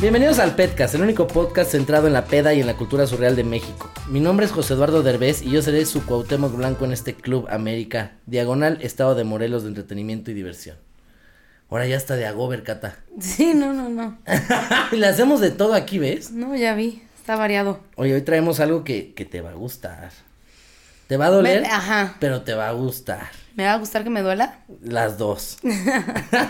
Bienvenidos al Petcast, el único podcast centrado en la peda y en la cultura surreal de México. Mi nombre es José Eduardo Derbez y yo seré su Cuauhtémoc Blanco en este Club América, diagonal Estado de Morelos de Entretenimiento y Diversión. Ahora ya está de agober, Cata. Sí, no, no, no. Le hacemos de todo aquí, ¿ves? No, ya vi. Está variado. Oye, hoy traemos algo que, que te va a gustar. Te va a doler, Me- ajá. pero te va a gustar. ¿Me va a gustar que me duela? Las dos.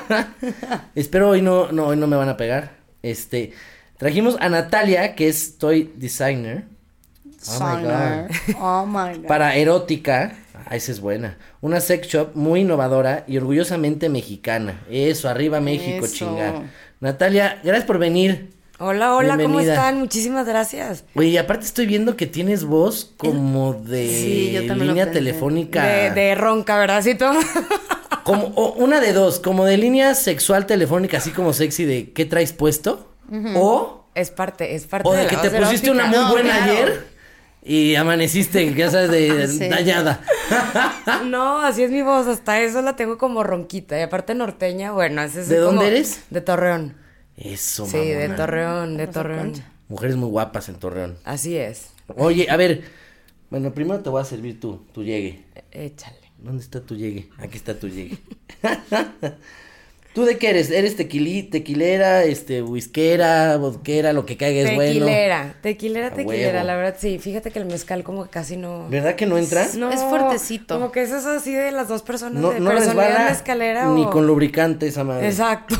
Espero hoy no, no, hoy no me van a pegar. Este, trajimos a Natalia, que es toy designer, Oh my God. Sonar. Oh my God. para erótica. Ah, esa es buena. Una sex shop muy innovadora y orgullosamente mexicana. Eso, arriba México, Eso. chingar. Natalia, gracias por venir. Hola, hola, ¿cómo Bienvenida. están? Muchísimas gracias. Oye, y aparte estoy viendo que tienes voz como de Sí, yo también lo línea pensé. telefónica. De, de ronca, ¿verdad? Sí, todo. Como, o una de dos, como de línea sexual telefónica, así como sexy de ¿qué traes puesto? O Es parte, es parte O de la que te voz pusiste una muy erótica. No, buena claro. ayer y amaneciste, ya sabes, de Sí. dañada. No, así es mi voz, hasta eso la tengo como ronquita. Y aparte norteña, bueno, ese es ¿De como- dónde eres? De Torreón. Eso, Sí, de mamona. Torreón, de Torreón. Mujeres muy guapas en Torreón. Así es. Oye, a ver, bueno, primero te voy a servir tú, tu llegue. Échale. ¿Dónde está tu llegue? Aquí está tu llegue. ¿Tú de qué eres? ¿Eres tequili, tequilera, este, whiskera, vodquera, lo que caiga es bueno? tequilera, tequilera, A tequilera, huevo. la verdad sí. Fíjate que el mezcal como que casi no. ¿Verdad que no entra? No, Es fuertecito. Como que eso es así de las dos personas No, de no personalidad resbala mezcalera ni o- con lubricante esa madre. Exacto.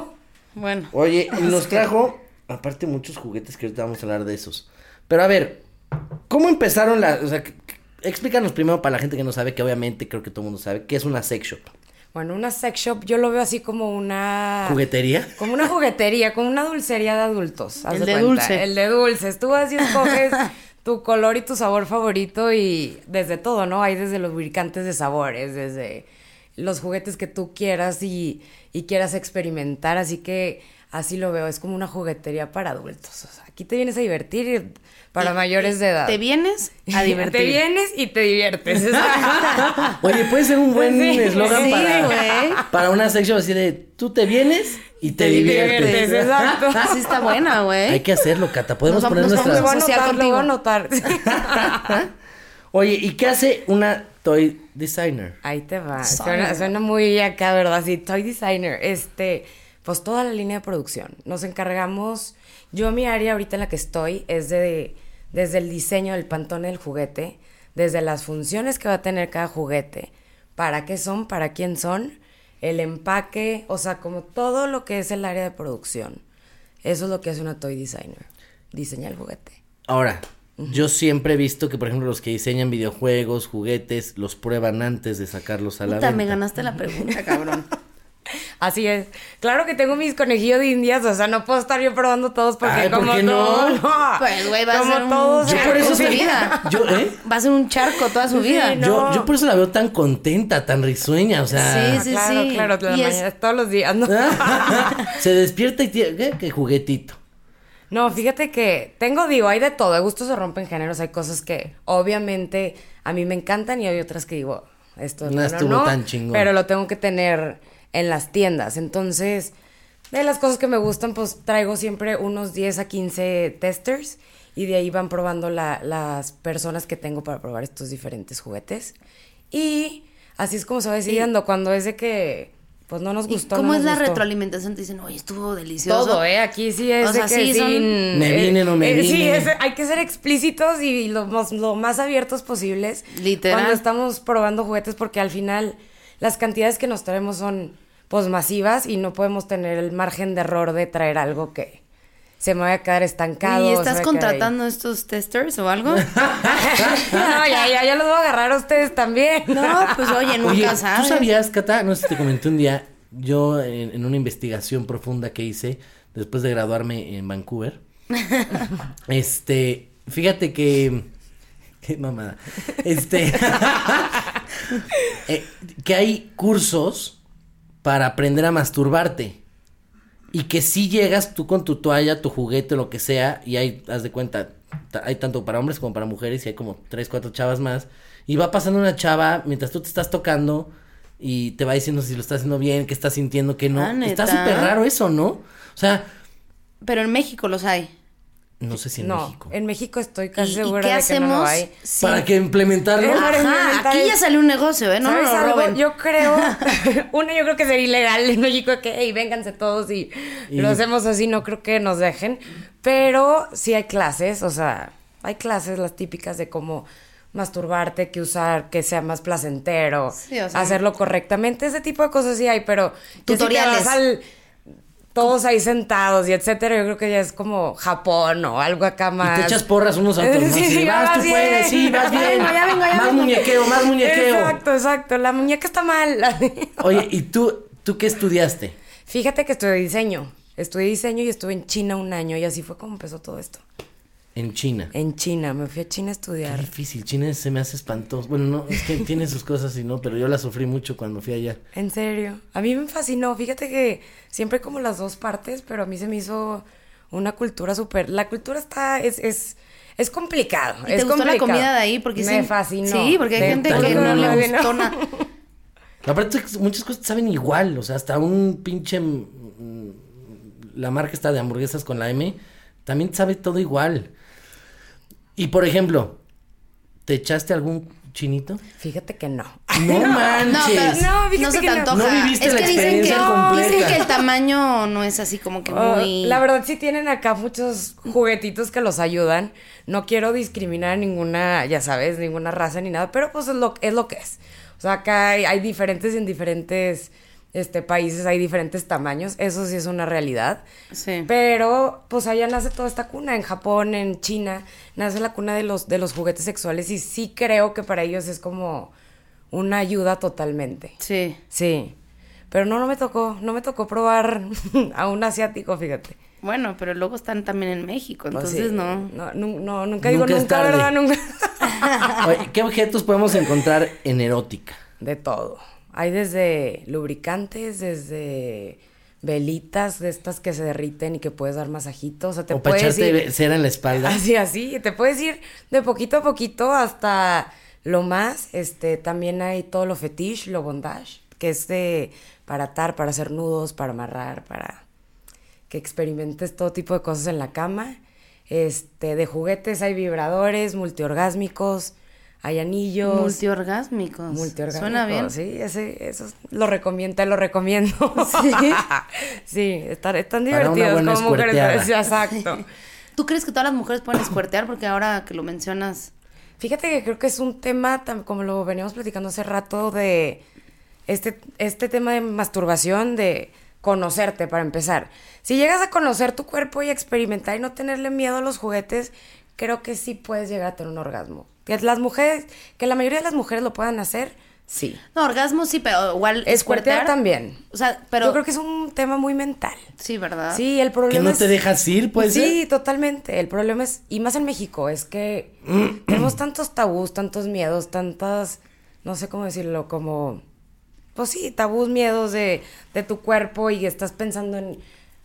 Bueno. Oye, y nos trajo, aparte, muchos juguetes que ahorita vamos a hablar de esos. Pero a ver, ¿cómo empezaron las...? O sea, c- c- explícanos primero para la gente que no sabe, que obviamente creo que todo el mundo sabe, que es una sex shop. bueno, una sex shop yo lo veo así como una ¿Juguetería? Como una juguetería, como una dulcería de adultos. haz El de de cuenta. dulce. El de dulces. Tú así escoges tu color y tu sabor favorito y desde todo, ¿no? Hay desde los lubricantes de sabores, desde los juguetes que tú quieras y, y quieras experimentar. Así que así lo veo. Es como una juguetería para adultos. O sea, aquí te vienes a divertir y- para mayores de edad. Te vienes a divertir. Te vienes y te diviertes. exacto. Oye, puede ser un buen Sí, eslogan sí, güey. para, para una sex shop así de, tú te vienes y te, diviertes. diviertes, exacto. Ah, sí está buena, Hay güey. que hacerlo, Cata. Podemos Nos poner vamos- nos nuestras... Lo voy a Social anotar, lo voy a contigo. anotar. Oye, ¿y qué hace una toy designer? Ahí te va. Designer. Suena, suena muy acá, ¿verdad? Sí, toy designer. Este, pues toda la línea de producción. Nos encargamos. Yo, mi área ahorita en la que estoy es de desde el diseño del pantone del juguete, desde las funciones que va a tener cada juguete, para qué son, para quién son, el empaque, o sea, como todo lo que es el área de producción. Eso es lo que hace una toy designer. Diseña el juguete. Ahora, yo siempre he visto que, por ejemplo, los que diseñan videojuegos, juguetes, los prueban antes de sacarlos a la Puta, me venta. ganaste la pregunta, cabrón. Así es. Claro que tengo mis conejillos de indias, o sea, no puedo estar yo probando todos porque Ay, ¿por como qué todo- no? Pues, güey, va a Ah, Como ser un- todos Yo por Ay, eso con se- vida. Yo, ¿eh? Va a ser un charco toda su Sí, vida. no. Yo, yo por eso la veo tan contenta, tan risueña, o sea. Sí, sí, claro, sí. claro, la Y es- mañana, todos los días, ¿no? se despierta y tiene. ¿Qué? ¿Qué juguetito? No, fíjate que tengo, digo, hay de todo, de gusto se rompen géneros, hay cosas que obviamente a mí me encantan y hay otras que digo, esto No no, no, estuvo no, tan chingón. Pero lo tengo que tener en las tiendas, entonces, de las cosas que me gustan, pues traigo siempre unos 10 a 15 testers y de ahí van probando la- las personas que tengo para probar estos diferentes juguetes. Y así es como se va decidiendo, cuando es de que, pues no nos ¿Y gustó. no ¿Cómo nos es la gustó. retroalimentación? Te dicen, oye, estuvo delicioso. Todo, ¿eh? Aquí sí es O sea, de que sí son- sin- Me eh, vine, no me Sí, vine. es- hay que ser explícitos y lo más, lo más abiertos posibles. Literal. Cuando estamos probando juguetes, porque al final las cantidades que nos traemos son pues masivas y no podemos tener el margen de error de traer algo que se me vaya a quedar estancado. ¿Y se estás me va a quedar ahí. contratando estos testers o algo? no, ya, ya, ya los voy a agarrar a ustedes también. No, pues oye, nunca Oye, sabes. ¿tú sabías, Cata? No sé si te comenté un día, yo en, en una investigación profunda que hice después de graduarme en Vancouver, este, fíjate que, qué mamada, este, eh, que hay cursos para aprender a masturbarte. Y que si llegas tú con tu toalla, tu juguete, lo que sea, y hay, haz de cuenta, ta- hay tanto para hombres como para mujeres, y hay como tres, cuatro chavas más, y va pasando una chava mientras tú te estás tocando, y te va diciendo si lo estás haciendo bien, qué estás sintiendo, qué no. Ah, Está ¿neta? súper raro eso, ¿no? O sea, Pero en México los hay. No sé si en no, México. en México estoy casi ¿Y- ¿Y, segura qué de que no lo hacemos? hay. si- Para que implementarlo. Eh, Ajá, para implementar aquí el- ya salió un negocio, ¿eh? No nos ¿Sabes lo algo? roben. Yo creo, una, yo creo que sería ilegal en México que, hey, vénganse todos y, Y- lo hacemos así, no creo que nos dejen. Pero sí hay clases, o sea, hay clases las típicas de cómo masturbarte, que usar, que sea más placentero, Sí, o sea- hacerlo correctamente, ese tipo de cosas sí hay, pero que si te Tutoriales. vas al- todos ahí sentados y etcétera, yo creo que ya es como Japón o algo acá más. Y te echas porras unos a otros. pues, ¿no? Sí, Así, sí, vas, tú bien. puedes, sí, vas Ya bien. vengo, ya vengo, ya más vengo. muñequeo, más muñequeo. Exacto, exacto. La muñeca está mal. Oye, ¿y tú, tú qué estudiaste? Fíjate que estudié diseño. Estudié diseño y estuve en China un año y así fue como empezó todo esto. En China. En China, me fui a China a Qué estudiar. difícil, China se me hace espantoso. Bueno, no, es que tiene sus cosas y no, pero yo la sufrí mucho cuando fui allá. En serio. A mí me fascinó. Fíjate que siempre como las dos partes, pero a mí se me hizo una cultura súper. La cultura está. es, es es complicado. ¿Y es te gustó la complicado. comida de ahí? Porque me sí, fascinó. Sí, porque hay De gente todo que lo me no le fascinó. gustó nada. Aparte, muchas cosas saben igual, o sea, hasta un pinche. mm, La marca está de hamburguesas con la M, también sabe todo igual. Y por ejemplo, ¿te echaste algún chinito? Fíjate que no. No No, pero manches. No, fíjate no se que te no. antoja. No viviste es la que dicen que, experiencia completa. dicen que el tamaño no es así como que Oh, muy. La verdad sí tienen acá muchos juguetitos que los ayudan. No quiero discriminar a ninguna, ya sabes, ninguna raza ni nada, pero pues es lo, es lo que es. O sea, acá hay, hay diferentes en diferentes este, países, hay diferentes tamaños, eso sí es una realidad. Sí. Pero pues allá nace toda esta cuna, en Japón, en China, nace la cuna de los, de los juguetes sexuales y sí creo que para ellos es como una ayuda totalmente. Sí. Sí. Pero no, no me tocó, no me tocó probar a un asiático, fíjate. Bueno, pero luego están también en México, Pues entonces sí. no. no. nu- no, nunca digo Nunca nunca, es tarde. ¿verdad? Nunca. Oye, ¿Qué objetos podemos encontrar en erótica? De todo. Hay desde lubricantes, desde velitas de estas que se derriten y que puedes dar masajitos. O sea, te o para puedes echarte ir be- cera en la espalda. así, Ah, así. Te puedes ir de poquito a poquito hasta lo más. Este, también hay todo lo fetiche, lo bondage, que es de para atar, para hacer nudos, para amarrar, para que experimentes todo tipo de cosas en la cama. Este, de juguetes hay vibradores, multiorgásmicos, hay anillos. Multiorgásmicos. Multiorgánico, Suena bien. Sí, ese, eso es- lo recomiendo, te lo recomiendo. Sí, están, están Para una divertidos buena como mujeres. escuerteada. sí, Exacto. ¿Tú crees que todas las mujeres pueden escuertear? Porque ahora que lo mencionas. Fíjate que creo que es un tema, tam- como lo veníamos platicando hace rato, de este, este tema de masturbación, de conocerte para empezar. Si llegas a conocer tu cuerpo y experimentar y no tenerle miedo a los juguetes, creo que sí puedes llegar a tener un orgasmo. Que las mujeres, que la mayoría de las mujeres lo puedan hacer, sí. No, orgasmo sí, pero igual. Escuertear también. O sea, pero. Ah. Yo creo que es un tema muy mental. Sí, ¿verdad? Sí, el problema que no es- te dejas ir, puede Pues Sí, ser. totalmente. El problema es, y más en México, es que tenemos tantos tabús, tantos miedos, tantas, no sé cómo decirlo, como, pues sí, tabús, miedos de, de tu cuerpo y estás pensando en,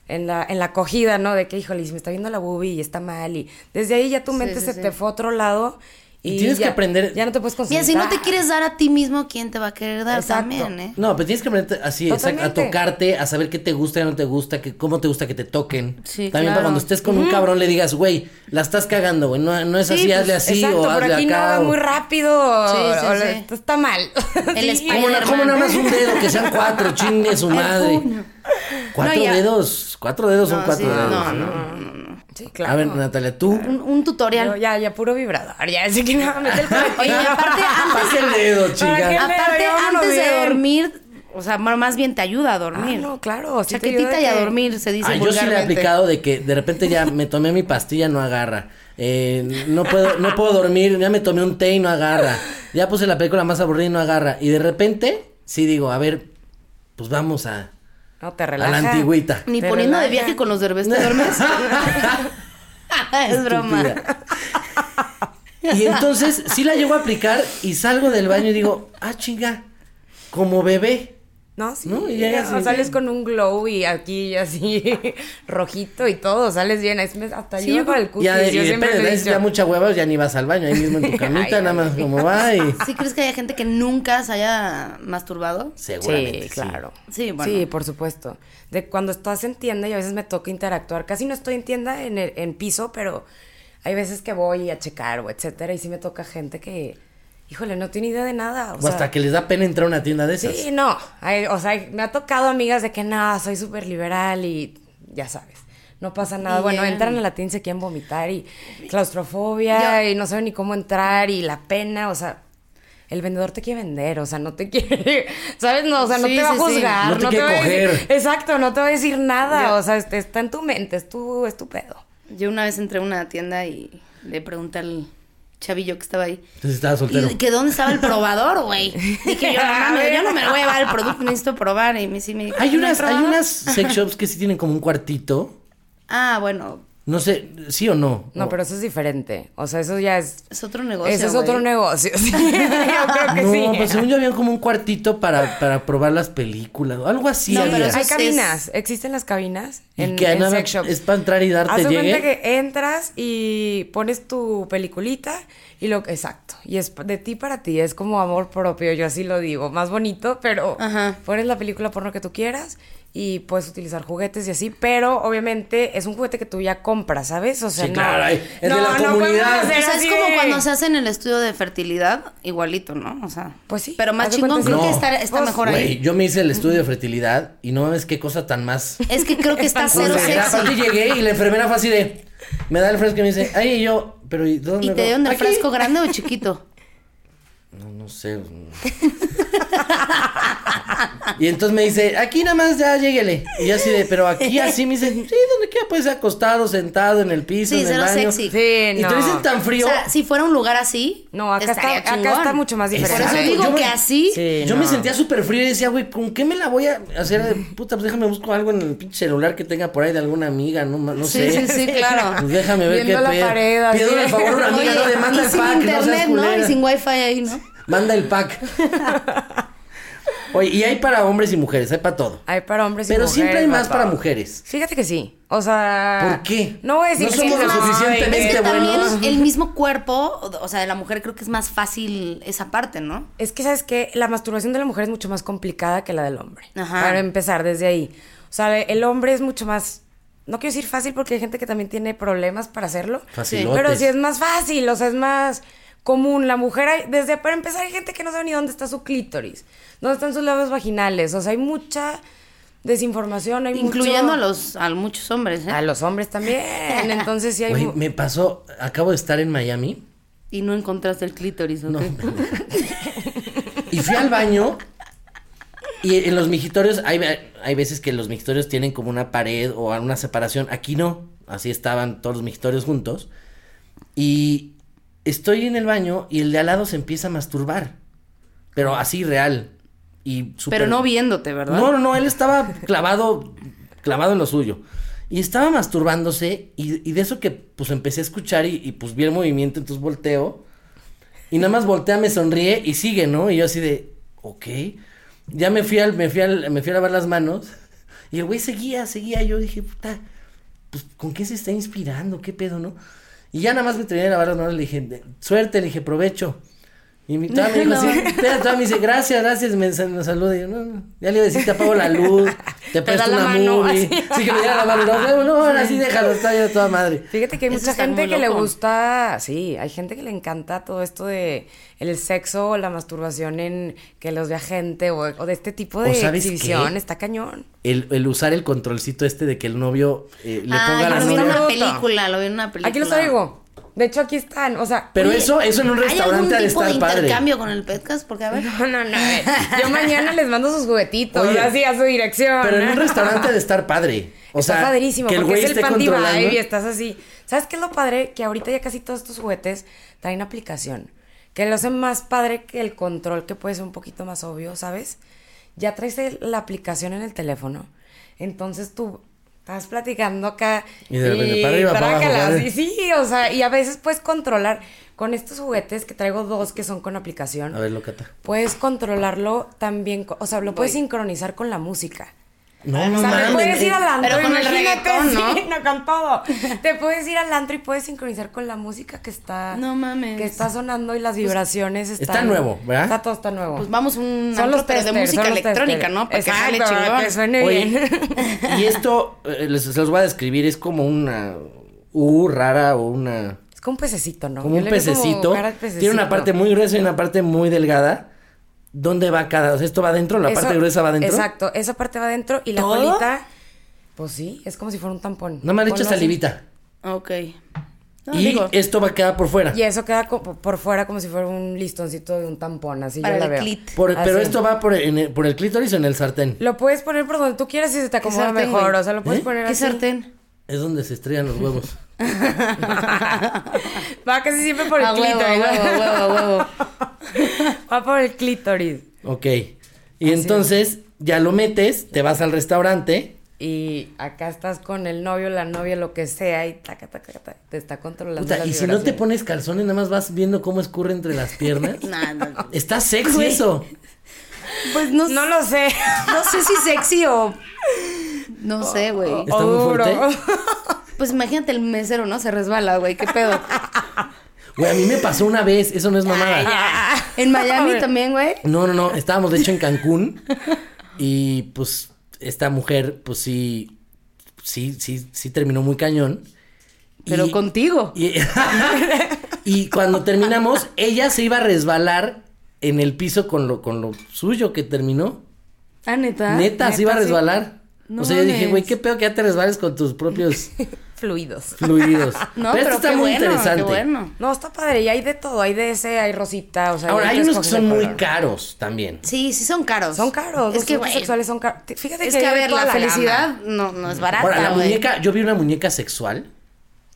en, la, en la acogida, ¿no? De que, híjole, y si me está viendo la boobie y está mal y desde ahí ya tu Sí, mente sí, se sí. te fue a otro lado. Y Y, tienes que ya- aprender- Ya no te puedes Mira, concentrar. si no te quieres dar a ti mismo, ¿quién te va a querer dar Exacto. también, eh? No, pero tienes que aprender así, exacto, a Totalmente. tocarte, a saber qué te gusta y no te gusta, que, cómo te gusta que te toquen. Sí, También claro. para cuando estés con un cabrón le digas, güey, la estás cagando, güey, no, no es Sí, así, pues, hazle así Exacto, o por hazle aquí no acá. hagas o- muy rápido. Sí, sí, o- o- sí. esto Está mal. El Sí. Como, na- Spider-Man. como nada más un dedo, que sean cuatro, chingue su madre. Cuatro No, ya. dedos, cuatro dedos son No, cuatro sí, dedos. no, ¿no? no. Sí, claro. A ver, Natalia, tú. Un, un Yo tutorial. ya, ya puro vibrador, ya, así que nada, mete el Oye, y aparte, antes, Pues, Pasa el dedo, qué chica. le- aparte, vámonos antes de bien. dormir, o sea, ma- más bien te ayuda a Ah, dormir. no, claro. sí te ayuda Chaquetita de y a que- dormir, se dice Ay, Ah, yo sí le he vulgarmente. aplicado de que de repente ya me tomé mi pastilla, no agarra. Eh, no puedo, no puedo dormir, ya me tomé un té y no agarra. Ya puse la película más aburrida y no agarra. Y de repente, sí digo, a ver, pues vamos a, No te a la relajas. antigüita. Ni Te poniendo de relaja. viaje con los derbes te duermes. es broma. Estúpida. Y entonces sí la llego a aplicar y salgo del baño y digo, ah, chinga, como bebé. No, sí. No, y llegas o y- sales con un glow y aquí así rojito y todo, sales bien. Es me- hasta Sí, yo yo para creo- el Y, cutis. a- y yo siempre depende, le he si ya dicho, mucha hueva, ya ni vas al baño, ahí mismo en tu camita, Ay, nada más como va y... ¿Sí crees que haya gente que nunca se haya masturbado? Seguramente, Sí, sí. claro. Sí, bueno. Sí, por supuesto. De cuando estás en tienda y a veces me toca interactuar. Casi no estoy en tienda en, el- en piso, pero hay veces que voy a checar o etcétera y sí me toca gente que, híjole, no tiene idea de nada. O, O, sea, hasta que les da pena entrar a una tienda de esas. Sí, no. Hay- o sea, hay- me ha tocado amigas de que no, soy súper liberal y ya sabes. No pasa nada. Y bueno, llegan. entran a la tienda y se quieren vomitar y claustrofobia Yo- y no saben ni cómo entrar y la pena, o sea. El vendedor te quiere vender, o sea, no te quiere, ¿sabes? No, o sea, no Sí, te va a sí, sí. juzgar. No te quiere va a decir- coger. exacto, no te va a decir nada, Yo- o sea, este, está en tu mente, es tu, es tu pedo. Yo una vez entré a una tienda y le pregunté al chavillo que estaba ahí. Entonces estaba soltero. ¿Y que dónde estaba el probador, güey? Dije yo, no mames, yo no me lo voy a llevar el producto, necesito probar. Y me, sí me dijo, Hay "No, unas, hay probador". unas sex shops que sí tienen como un cuartito. Ah, bueno, No sé, ¿sí o no? No, pero eso es diferente, o sea, eso ya es... es otro negocio. ese es otro güey. negocio, sí, yo creo que no, sí. pues según yo habían como un cuartito para, para probar las películas, o algo así. No, había. pero eso hay es- cabinas, existen las cabinas Y en, que en nada, sex shop. es para entrar y darte Haz de cuenta llegue. que entras y pones tu peliculita y lo exacto, y es pa- de ti para ti, es como amor propio, yo así lo digo, más bonito, pero Ajá. pones la película porno que tú quieras y puedes utilizar juguetes y así, pero obviamente es un juguete que tú ya compras, ¿sabes? O sea, Sí, no, claro, ay, es de la podemos comunidad. hacer O sea, es así de- como cuando se hace en el estudio de fertilidad, igualito, ¿no? O sea, Pues sí, Pero más haz de cuenta chingón, creo sí. que No. está, está Pues, mejor Güey, ahí. yo me hice el estudio de fertilidad y no mames qué cosa tan más... Es que creo que está Están cero Culera. Aparte sexy. llegué y la enfermera fue así de... Me da el fresco y me dice, ay, y yo, pero ¿y dónde? ¿Y lo- te dieron el aquí?" fresco grande o chiquito? No, no sé. y entonces me dice, aquí nada más ya lléguele. Y yo así de, pero aquí así me dice, sí, donde quiera puede ser acostado, sentado, en el piso, Sí, en el cero baño. sexy. Sí, Y te no. lo dicen tan frío. O sea, si fuera un lugar así, No, acá estaría está- acá chingón. está mucho más diferente. Por eso Exacto. digo Yo me- que así. Sí, yo me no. sentía súper frío y decía, güey, ¿con qué me la voy a hacer? de Puta, pues déjame busco algo en el pinche celular que tenga por ahí de alguna amiga, no, ma- no Sí, sé. sí, sí, claro. Pues déjame ver qué Viendo la pedo. pared, así. Pido el favor a una amiga, Oye, no demanda y el sin pack, no seas internet, ¿no? Y culera. sin wifi ahí, ¿no? Manda el pack. Oye, y hay para hombres y mujeres, hay para todo. Hay para hombres y Pero mujeres. siempre hay más papá. para mujeres. Fíjate que sí. O sea. ¿Por qué? No voy a decir No que somos sí, lo no, suficientemente Es es que que- también bueno. el mismo cuerpo, o sea, de la mujer creo que es más fácil esa parte, ¿no? Es que, ¿sabes qué? La masturbación de la mujer es mucho más complicada que la del hombre. Ajá. Para empezar desde ahí. O sea, el hombre es mucho más. No quiero decir fácil porque hay gente que también tiene problemas para hacerlo. Facilotes. Pero sí es más fácil, o sea, es más común. La mujer, hay- desde para empezar, hay gente que no sabe ni dónde está su clítoris, dónde están sus labios vaginales. O sea, hay mucha desinformación, hay Incluyendo mucho- a los a muchos hombres, ¿eh? A los hombres también. Entonces sí hay. Güey, mu- me pasó, acabo de estar en Miami Y no encontraste el clítoris, ¿ok? y fui al baño y en los mijitorios hay, ve- hay veces que los mijitorios tienen como una pared o una separación, aquí no, así estaban todos los mijitorios juntos y estoy en el baño y el de al lado se empieza a masturbar, pero así real y súper- Pero no viéndote, ¿verdad? No, no, no, él estaba clavado, clavado en lo suyo. Y estaba masturbándose y, y de eso que pues empecé a escuchar y, y, pues vi el movimiento, entonces volteo. Y nada más voltea, me sonríe y sigue, ¿no? Y yo así de, ok. Ya me fui al, me fui al, me fui a lavar las manos. Y el güey seguía, seguía. Yo dije, puta, pues, ¿con qué se está inspirando? ¿Qué pedo, no? Y ya nada más me terminé de lavar las manos, le dije, "De- suerte, le dije, provecho. Y mi todavía me dijo así, espera, todavía me dice, gracias, gracias, me, sa- me saluda. Y yo, no, no, ya le iba a decir, te apago la luz, te Te presto da la una mano, movie. así. Sí, que me diera la mano, no, no, ahora sí déjalo, está ya toda madre. Fíjate que hay Eso mucha está gente muy que le loco. gusta, sí, hay gente que le encanta todo esto de el sexo o la masturbación en que los vea gente o, o de este tipo ¿O de sabes exhibición, qué? está cañón. El, el usar el controlcito este de que el novio eh, le Ah, ponga a yo la lo vi en novia. una novia. película, lo vi en una película. Aquí los traigo. De hecho, aquí están, o sea, Pero eso, eso en un restaurante ha ¿Hay de algún tipo estar de padre. intercambio con el podcast? Porque, a ver... no, no, no. a ver, Yo mañana les mando sus juguetitos, Oye, así a su dirección. Pero en un restaurante ha de estar padre. O está sea, padrísimo, que el porque güey es el esté panty controlando. vibe y estás así. ¿Sabes qué es lo padre? Que ahorita ya casi todos estos juguetes traen aplicación. Que lo hace más padre que el control, que puede ser un poquito más obvio, ¿sabes? Ya traes el- la aplicación en el teléfono. Entonces tú Estás platicando acá. Y de repente, para arriba, para abajo, trácalas, para arriba. y sí, o sea, y a veces puedes controlar con estos juguetes que traigo dos que son con aplicación. A ver, Locata. Puedes controlarlo también, co- o sea, lo puedes sincronizar con la música. No, no O sea, te mames. puedes ir al antro, Pero con el imagínate, reggaetón, ¿no? sí, no, con todo. Te puedes ir al antro y puedes sincronizar con la música que está No mames. que está sonando y las vibraciones están Pues, está nuevo, ¿verdad? Está todo está nuevo. Pues vamos a un Son antro, los pero de testers, música son los electrónica, testers. ¿no? Para que Exacto, ah, jale chingón. que suene Oye, bien. y esto eh, les, se los voy a describir, es como una U rara o una... Es como un pececito, ¿no? Como Yo un le veo pececito. cara de Tiene una pececito. parte muy gruesa y una parte muy delgada. ¿Dónde va cada? O sea, esto va adentro, la Eso- parte gruesa va adentro. Exacto, esa parte va adentro y la ¿Todo? colita pues sí, es como si fuera un tampón. No me han dicho Ponlo así. salivita. Ok. No, y digo, esto va a quedar por fuera. Y eso queda co- por fuera como si fuera un listoncito de un tampón, así Para yo la el veo. clit. Por- pero Así. esto va por, en el, por el clítoris o en el sartén. Lo puedes poner por donde tú quieras y se te acomoda sartén, mejor. güey? O sea, lo puedes ¿Eh? poner ¿Qué así. sartén? Es donde se estrellan los huevos. Va casi siempre por el A Ah, huevo, a clítoris. huevo, a huevo, a huevo. Va por el clítoris. ok. Y entonces ya lo metes, te vas al restaurante. Y acá estás con el novio, la novia, lo que sea, y taca, taca, taca, te está controlando. Puta, las y si no te vibraciones. pones calzones, nada más vas viendo cómo escurre entre las piernas. Nah, no. Está sexy Güey. eso. Pues no, No lo sé. no sé si sexy o... No sé, güey. Está muy duro. fuerte. Pues imagínate el mesero, ¿no? Se resbala, güey. ¿Qué pedo? Güey, a mí me pasó una vez, eso no es mamada. En Miami Hombre. también, güey. No, no, no. Estábamos, de hecho, en Cancún. Y pues esta mujer, pues sí, sí, sí, sí terminó muy cañón. Pero Y- contigo. Y, y cuando terminamos, ella se iba a resbalar en el piso con lo, con lo suyo que terminó. Ah, neta. neta, se iba a sí. resbalar. No o sea, yo dije, mames. güey, qué pedo que ya te resbales con tus propios Fluidos. fluidos. No, pero, esto qué bueno, qué bueno. No, está padre. Y hay de todo. Hay de ese, hay rosita. O sea, Ahora, tú hay unos que escoges el son muy color. caros también. Sí, sí son caros. Son caros. Es que, los güey, sexuales son caros. Fíjate es que que, a hay de ver, toda la gama. felicidad no, no es barata, Ahora, la güey. muñeca, yo vi una muñeca sexual.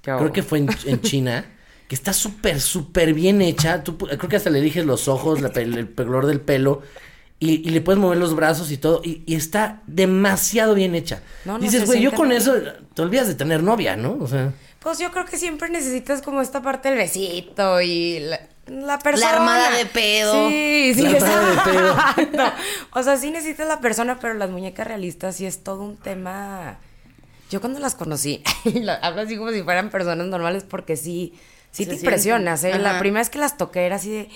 Qué horror. Creo que fue en, en China. Que está súper, súper bien hecha. Tú, pu- creo que hasta le eliges los ojos, la pel- el color del pelo. Y, y le puedes mover los brazos y todo. Y, y está demasiado bien hecha. No, no, Dices, se güey, yo siente con muy eso te olvidas de tener novia, ¿no? O sea, Pues yo creo que siempre necesitas como esta parte del besito y la, la persona. armada de pedo. Sí, sí. La armada de pedo. exacto. O sea, sí necesitas la persona, pero las muñecas realistas sí es todo un tema. Yo cuando las conocí, lo- hablo así como si fueran personas normales porque Se sí, sí te siente. impresionas, ¿eh? Ajá. La primera vez que las toqué era así de...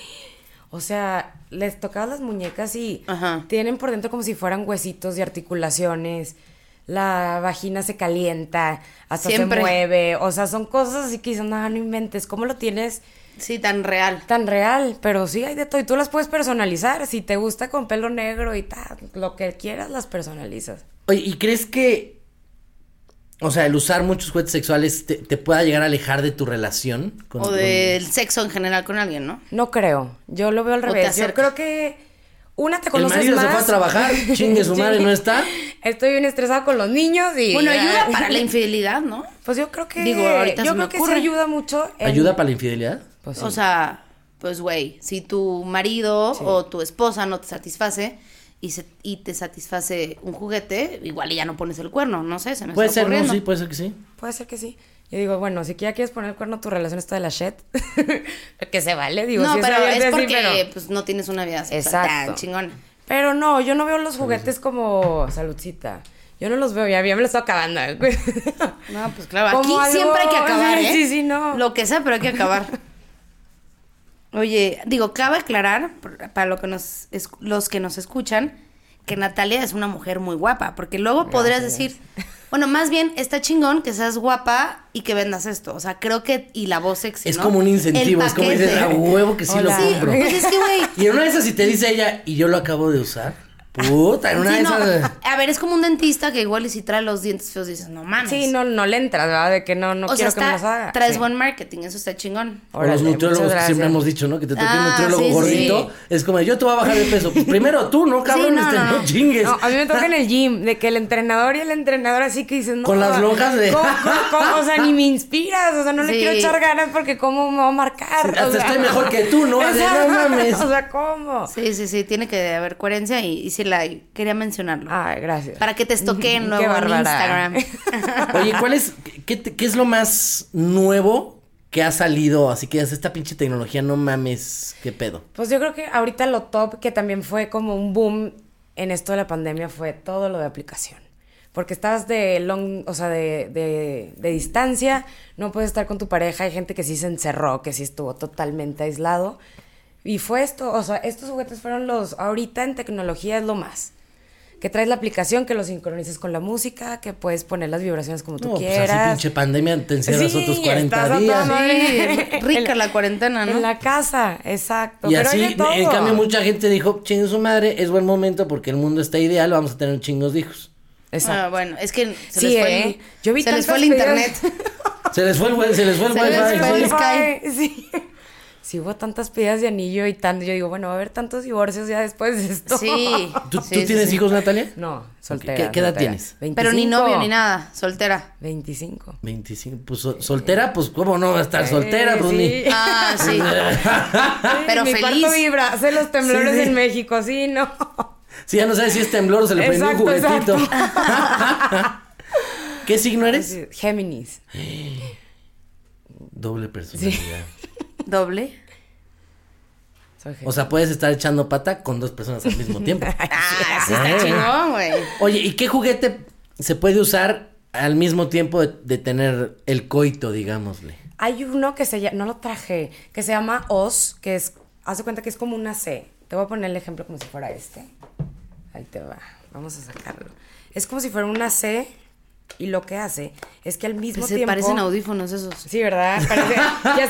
O sea, les tocabas las muñecas y Ajá. tienen por dentro como si fueran huesitos y articulaciones. La vagina se calienta, hasta Siempre. se mueve. O sea, son cosas así que dicen, "Ah, no, no inventes. ¿Cómo lo tienes Sí, tan real. tan real? Pero sí hay de todo. Y tú las puedes personalizar. Si te gusta con pelo negro y tal, lo que quieras las personalizas. oye, ¿y crees que. O sea, el usar muchos juguetes sexuales te, te pueda llegar a alejar de tu relación? Con, O del sexo en general con alguien, ¿no? No creo. Yo lo veo al te revés. Yo acerca. creo que una te con- El conoces marido se fue más. a trabajar, chingue su madre, no está. Estoy bien estresada con los niños y. Bueno, ayuda para la infidelidad, ¿no? Pues yo creo que. Digo, ahorita yo se me creo que ocurre. sí ayuda mucho. en- ¿Ayuda para la infidelidad? Pues sí. O sea, pues güey, si tu marido o tu esposa no te satisface y, se- y te satisface un juguete, igual y ya no pones el cuerno, no sé, se me Puede está ser, no, ocurriendo. sí, puede ser que sí. Puede ser que sí. Yo digo, bueno, si ya quieres poner el cuerno, tu relación está de la shit. que se vale, digo. no, si pero abierta, es sí, porque pero- pues no tienes una vida sexual Exacto. tan chingona. Pero no, yo no veo los juguetes como saludcita. Yo no los veo, ya, ya me lo estoy acabando. No, pues claro, Como aquí algo- siempre hay que acabar, ¿eh? Sí, sí, no. Lo que sea, pero hay que acabar. Oye, digo, cabe aclarar por- para lo que nos es- los que nos escuchan que Natalia es una mujer muy guapa, porque luego podrías decir, bueno, más bien está chingón que seas guapa y que vendas esto, o sea, creo que y la voz sexy, Es ¿no? como un El incentivo, es como dices, "Ah, paquete. a huevo que sí Hola. lo Sí, compro. pues es que güey, Y en una de esas, si te dice ella, y yo lo acabo de usar. Puta, en una sí, de no, esas. a ver, es como un dentista que igual y si trae los dientes feos dices, no mames. Sí, no, no le entras, ¿verdad? De que no, no o sea, quiero que me los está, haga. traes Sí. buen marketing, eso está chingón. O los Órale, nutriólogos muchas que gracias. siempre hemos dicho, ¿no? Que te toque Ah, un nutriólogo sí, sí. gordito. Es como, yo te voy a bajar de peso. Pues primero tú, ¿no? Cabrón, no, este, no, no, no. chingues. No, a mí me toca en el gym, de que el entrenador y el entrenador así que dices, no. Con las lonjas de- ¿cómo, cómo, cómo? O sea, ni me inspiras, o sea, no Sí. le quiero echar ganas porque cómo me va a marcar. Hasta o sea. estoy mejor que tú, ¿no? Así, no mames. O sea, ¿cómo? Sí, sí, sí, tiene que haber coherencia y, y si Ángela y quería mencionarlo. Ah, gracias. Para que te estoqueen Qué luego en bárbara. Instagram. Oye, ¿cuál es, qué, te- qué es lo más nuevo que ha salido? Así que es esta pinche tecnología, no mames, qué pedo. Pues yo creo que ahorita lo top que también fue como un boom en esto de la pandemia fue todo lo de aplicación. Porque estabas de long, o sea, de, de- de distancia, no puedes estar con tu pareja, hay gente que sí se encerró, que sí estuvo totalmente aislado. Y fue esto, o sea, estos juguetes fueron los, ahorita en tecnología es lo más. Que traes la aplicación, que lo sincronizas con la música, que puedes poner las vibraciones como No, tú pues quieras. así pinche pandemia te encierras Sí, otros estás a 40 toda días. madre. Sí, rica la cuarentena, ¿no? En la casa, exacto. Y Pero hay así, de todo. en cambio, mucha gente dijo, chingue su madre, es buen momento porque el mundo está ideal, vamos a tener chingos de hijos. Exacto. Ah, bueno, es que se Sí, les fue ¿eh? el, Yo vi se les fue el tantas peleas. internet. Se les fue el, we- se les fue el Se wifi. les fue el Sí. wifi. Spotify, Sí. Sí hubo tantas pedidas de anillo y tanto. Yo digo, bueno, va a haber tantos divorcios ya después de esto. Sí. ¿Tú, tú sí, sí, tienes sí. hijos, Natalia? No, soltera. ¿Qué- qué edad soltera. tienes? 25. Pero ni novio ni nada, soltera. 25. 25. Pues so- soltera, pues cómo no va a estar soltera, Eh, Bruni. sí. Ah, sí. Pero Mi feliz. cuarto vibra. Hace los temblores Sí, sí. en México. Sí, no. Sí, ya no sabes si es temblor o se le prendió un Exacto, juguetito. ¿Qué signo eres? Sí, Géminis. Doble personalidad. Doble. Soy Géminis. O sea, puedes estar echando pata con dos personas al mismo tiempo. Ah, sí Ah. está chingón, güey. Oye, ¿y qué juguete se puede usar al mismo tiempo de, de tener el coito, digámosle? Hay uno que se llama, no lo traje, que se llama Oz, que es, hace cuenta que es como una C. Te voy a poner el ejemplo como si fuera este. Ahí te va, vamos a sacarlo. Es como si fuera una C y lo que hace es que al mismo Pues Se tiempo... parecen audífonos esos. Sí, ¿verdad? Parece- ya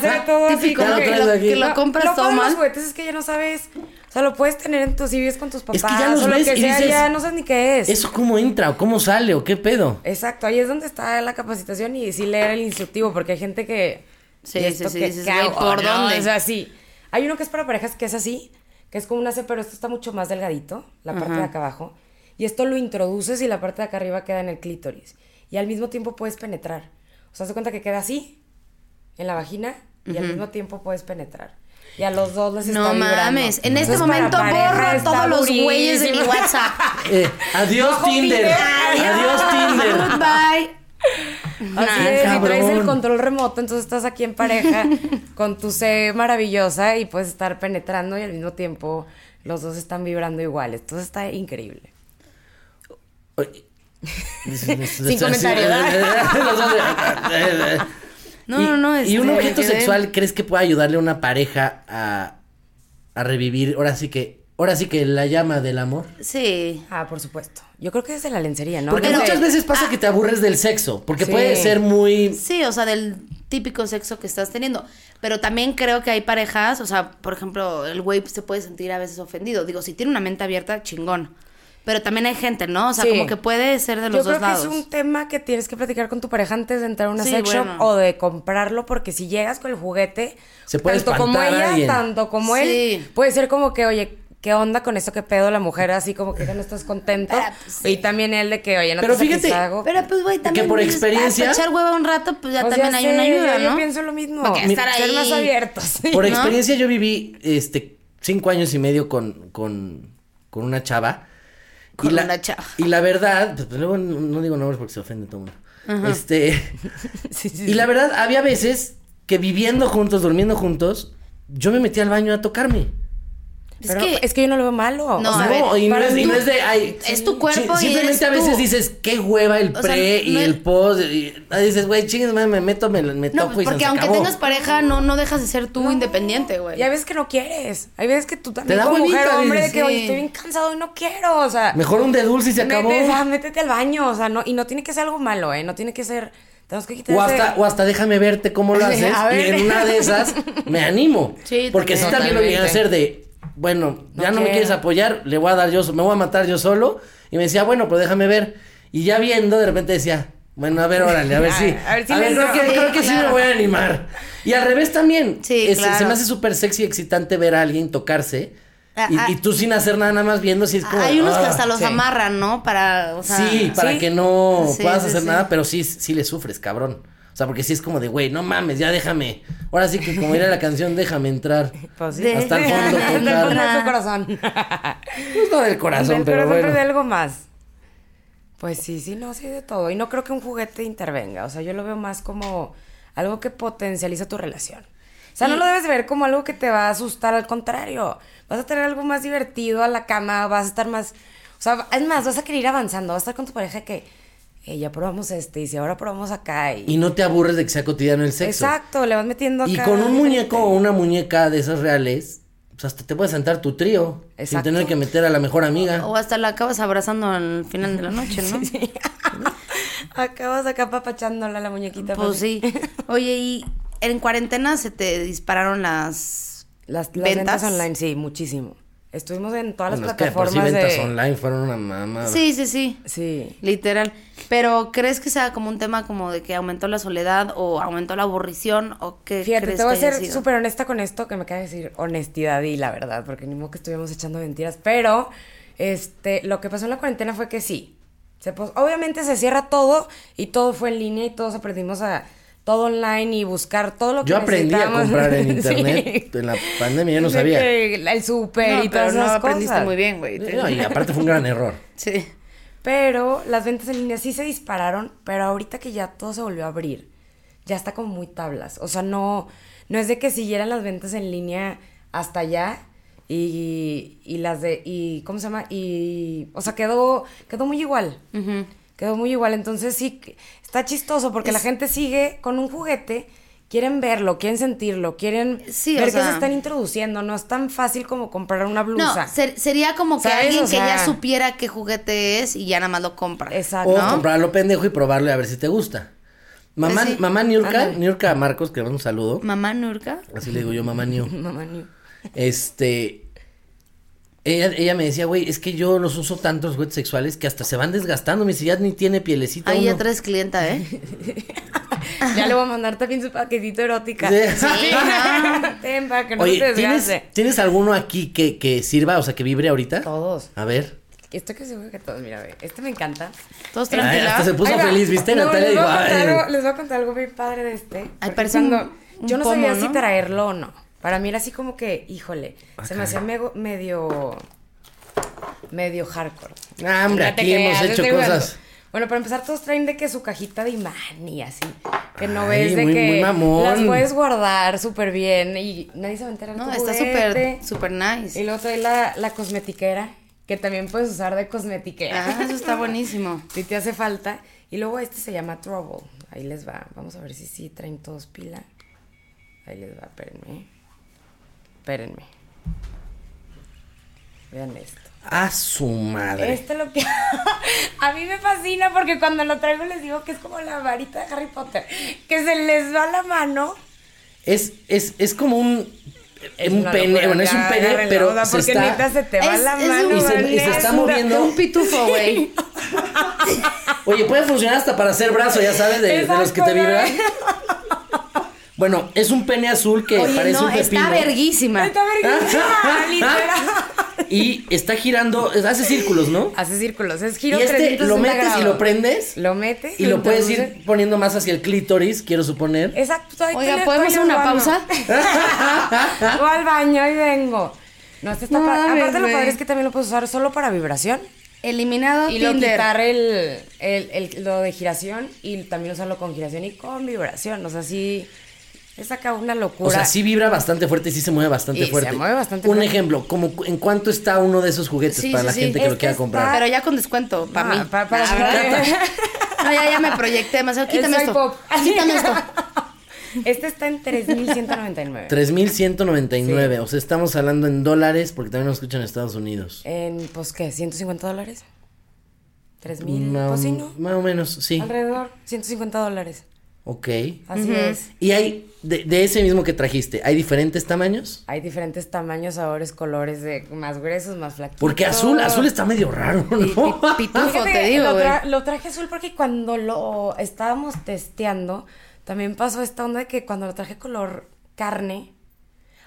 se ve todo así Típico, como Ya lo que, traes aquí. que Lo compras lo padre todo de mal. los juguetes es que ya no sabes... O sea, lo puedes tener en tus... Si vives con tus papás que ya los o lo ves que y sea, dices, ya no sabes ni qué es. ¿Eso cómo entra o cómo sale o qué pedo? Exacto, ahí es donde está la capacitación y sí leer el instructivo, porque hay gente que... Sí, ¿y sí, esto sí, qué- dices, qué güey, hago? ¿por No, dónde? O sea, sí. Hay uno que es para parejas que es así, que es como una C, pero esto está mucho más delgadito, la parte de acá abajo. Y esto lo introduces y la parte de acá arriba queda en el clítoris. Y al mismo tiempo puedes penetrar. O sea, haz de cuenta que queda así, en la vagina, y al mismo tiempo puedes penetrar. Y a los dos les No está vibrando. mames, en este Entonces, para momento pareja borro está todos los güeyes de mi durísimo. WhatsApp. Eh, adiós Bajo Tinder. Tinder. Adiós Tinder. Goodbye. Así Nah, es, y cabrón. traes el control remoto, entonces estás aquí en pareja con tu C maravillosa y puedes estar penetrando y al mismo tiempo los dos están vibrando igual. Entonces está increíble. Oye. Sin comentario, Los dos de- No, Y- no, no. ¿Y un este, objeto quedé- sexual crees que pueda ayudarle a una pareja a, a revivir? Ahora sí que, ahora sí que la llama del amor. Sí. Ah, por supuesto. Yo creo que es de la lencería, ¿no? Porque Desde- muchas veces pasa que te aburres del sexo, porque Sí. puede ser muy... Sí, o sea, del típico sexo que estás teniendo. Pero también creo que hay parejas, o sea, por ejemplo, el güey se puede sentir a veces ofendido. Digo, si tiene una mente abierta, chingón. Pero también hay gente, ¿no? O sea, Sí. como que puede ser de los Yo dos creo lados. que es un tema que tienes que platicar con tu pareja antes de entrar a una Sí, sex shop bueno. o de comprarlo, porque si llegas con el juguete, Se puede tanto como espantar a ella, alguien. tanto como él, Sí. puede ser como que, oye, ¿qué onda con esto que pedo la mujer? Así como que ya no estás contento. Ah, pues, sí. Y también él de que, oye, no Pero te fíjate, satisfago. Pero pues, güey, también. por dices, experiencia- "Ah, para echar hueva un rato, pues ya Pues también ya hay sé, una ayuda, yo, ¿no? Yo pienso lo mismo. Porque estar Ser ahí- más abiertos. sí. Por ¿no? experiencia yo viví este, cinco años y medio con, con, con una chava. Con y la, una chava. Y la verdad, pues, pues, luego no no digo nombres porque se ofende todo el mundo. Este, Sí, sí, y la verdad, había veces que viviendo juntos, durmiendo juntos, yo me metía al baño a tocarme. Es Pero que- pues, es que yo no lo veo malo. No, o sea, a ver, No, y no, para es, y mí- no es de. ay, Es tu cuerpo y Simplemente eres a veces tú. dices, qué hueva el O sea, pre y no- el post. y- ah, dices, güey, chingues, madre, me meto, me, me No, toco y se pues, porque nos aunque acabó. tengas pareja, no, no dejas de ser tú independiente, güey. Y hay veces que no quieres. Hay veces que tú también da como mujer huevita, o hombre de dices, que, oye, sí. estoy bien cansado y no quiero, o sea. Mejor un de dulce y se acabó. Métete, ah, métete al baño, o sea, no, y no tiene que ser algo malo, ¿eh? No tiene que ser, tenemos que quitar O ese- hasta, o hasta déjame verte cómo lo A haces. ver. Y en una de esas me animo. Sí, porque si también. también lo llegué a Totalmente. hacer de, bueno, No ya no me quiero. quieres apoyar, le voy a dar yo, so- me voy a matar yo solo. Y me decía, bueno, pero déjame ver. Y ya viendo, de repente decía, bueno, a ver, órale, a ver si. A ver si me creo que, entro. creo que sí me Claro. voy a animar. Y al revés también. Sí, Es- Se claro. me hace súper sexy y excitante ver a alguien tocarse. Ah, ah. Y, y tú sin hacer nada, nada más viendo si es como. Hay unos que ah, hasta los sí. amarran, ¿no? Para, o sea, Sí, para sí. que no Sí, puedas sí, hacer sí. nada, pero sí, sí le sufres, cabrón. O sea, porque sí es como de, güey, no mames, ya déjame. Ahora sí que como era la canción, déjame entrar. Pues sí. Hasta el fondo, Hasta el tocar. fondo de tu corazón. Pues no del corazón, Del pero corazón, bueno. pero de algo más. Pues sí, sí, no, sí hay de todo. Y no creo que un juguete intervenga. O sea, yo lo veo más como algo que potencializa tu relación. O sea, no lo debes ver como algo que te va a asustar, al contrario. Vas a tener algo más divertido a la cama, vas a estar más. O sea, es más, vas a querer ir avanzando, vas a estar con tu pareja que. "Ey, ya probamos este, y si ahora probamos acá. Y, Y no te aburres de que sea cotidiano el sexo. Exacto, le vas metiendo Y acá con un diferente. muñeco o una muñeca de esas reales, pues hasta te puedes sentar tu trío. Sin Exacto. tener que meter a la mejor amiga. O hasta la acabas abrazando al final de la noche, ¿no? Acabas acá papachándola la muñequita. Pues sí. Oye, y en cuarentena se te dispararon las. Las, las ¿Ventas? ventas? online, sí, muchísimo. Estuvimos en todas las Bueno, es que de por plataformas sí ventas de... online fueron una mamá. Sí, sí, sí. Sí. Literal. Pero ¿crees que sea como un tema como de que aumentó la soledad o aumentó la aburrición o qué Fíjate, crees te voy a que haya ser sido? súper honesta con esto, que me cabe decir honestidad y la verdad, porque ni modo que estuviéramos echando mentiras, pero este, lo que pasó en la cuarentena fue que sí. Se pos- obviamente se cierra todo y todo fue en línea y todos aprendimos a todo online y buscar todo lo que Yo aprendí a necesitábamos. comprar en Sí. internet. En la pandemia yo no De sabía. que El súper No, y pero todas no esas aprendiste cosas. muy bien, güey. Te- No, y aparte fue un gran error. Sí. Pero las ventas en línea sí se dispararon, pero ahorita que ya todo se volvió a abrir, ya está como muy tablas. O sea, no, no es de que siguieran las ventas en línea hasta allá y, y las de, y, ¿cómo se llama? Y, o sea, quedó, quedó muy igual. Quedó muy igual. Entonces sí, que- está chistoso porque la gente sigue con un juguete. Quieren verlo, quieren sentirlo, quieren Sí, o ver que sea- se están introduciendo. No es tan fácil como comprar una No, blusa. ser- sería como que ¿Sabes? alguien O que ya sea- supiera qué juguete es y ya nada más lo compra. Exacto. O Ah, ¿no? comprarlo pendejo y probarlo y a ver si te gusta. Mamá, Pues sí. mamá Niurka, Ándale. Niurka Marcos, que le mando un saludo. Mamá Nurka. Así le digo yo, mamá Niu. Mamá, ni- Este. Ella, ella me decía, güey, es que yo los uso tantos juguetes sexuales que hasta se van desgastando. Me dice, ya ni tiene pielecita. Ahí uno". ya traes clienta, ¿eh? Ya le voy a mandar también su paquetito erótica. Sí. Sí, no. Ten, para que no se Oye, ¿tienes, desgaste. ¿tienes alguno aquí que, que sirva, o sea, que vibre ahorita? Todos. A ver. Esto que seguro que todos, mira, ve. Este me encanta. Todos Ay, hasta se tranquilos. puso Ahí va. feliz, ¿viste? No, Natalia les, voy dijo, a contar "Ay". algo, les voy a contar algo bien padre de este. porque parece un- cuando- un Yo no pomo, sabía ¿no? si traerlo o no. Para mí era así como que, híjole, se me hacía mego- medio. medio hardcore. Ah, hombre, No te aquí hemos creas, hecho estoy jugando. cosas. Bueno, para empezar, todos traen de que su cajita de imán y así. Que no Ay, ves de muy- que muy mamón. las puedes guardar súper bien y nadie se va a enterar. No, tu está juguete. súper, súper Y nice. luego trae la, la cosmetiquera, que también puedes usar de cosmetiquera. Ah, eso está buenísimo. Si te hace falta. Y luego este se llama Trouble. Ahí les va. Vamos a ver si sí traen todos pila. Ahí les va, espérenme. Espérenme. Vean esto. A Ah, su madre. Este lo que. a mí me fascina porque cuando lo traigo les digo que es como la varita de Harry Potter. Que se les va la mano. Es, es, es como un. eh, Es un una pene. locura, Bueno, es un ya, pene, agárrenlo, o pero sea, se eh, Porque neta está. se te va Es- la es mano. Y se- y se ¿vale? está Es una- moviendo. Un pitufo, güey. Oye, puede funcionar hasta para hacer brazo, ya sabes, de, de los que te Exacto, vibran. Bueno, es un pene azul que Oye, parece no, un pepino. está verguísima. Está Ah, verguísima, literal. y está girando, es- hace círculos, ¿no? Hace círculos, es Y giro este 360 lo metes y grados. lo prendes. Lo metes y lo puedes introduces. ir poniendo más hacia el clítoris, quiero suponer. Exacto. ahí Oiga, tele- ¿podemos hacer tele una al baño. pausa? Voy al baño y vengo. No, este está No pa- mames, Aparte, lo güey. padre es que también lo puedes usar solo para vibración. Eliminado Y luego Ah, Tinder. quitar el, el- el- lo de giración y también usarlo con giración y con vibración. O sea, sí. Es acá una locura. O sea, sí vibra bastante fuerte y sí se mueve bastante Y se fuerte. mueve bastante Un fuerte. ejemplo, como cu- en cuánto está uno de esos juguetes Sí, para sí, la sí. gente que lo Este quiera está- comprar. Pero ya con descuento, para Ah, mí. pa- para Ah, mí. ¿verdad? No, ya, ya me proyecté demasiado. Quítame Es esto. pop. Quítame esto. Este está en 3,199. 3.199, o sea, estamos hablando en dólares porque también nos escuchan en Estados Unidos. En, pues, ¿qué? ¿150 dólares? ¿3,000? Mm, Ma- Pues sí, ¿no? Más o menos, sí. Alrededor, 150 dólares. Ok. Así es. Y hay, de, de ese mismo que trajiste, ¿hay diferentes tamaños? Hay diferentes tamaños, sabores, colores, de más gruesos, más flaquitos. Porque azul, azul está medio raro, ¿no? pi- pitufo, Fíjate, Ah, te digo, lo, güey. tra- lo traje azul porque cuando lo estábamos testeando, también pasó esta onda de que cuando lo traje color carne,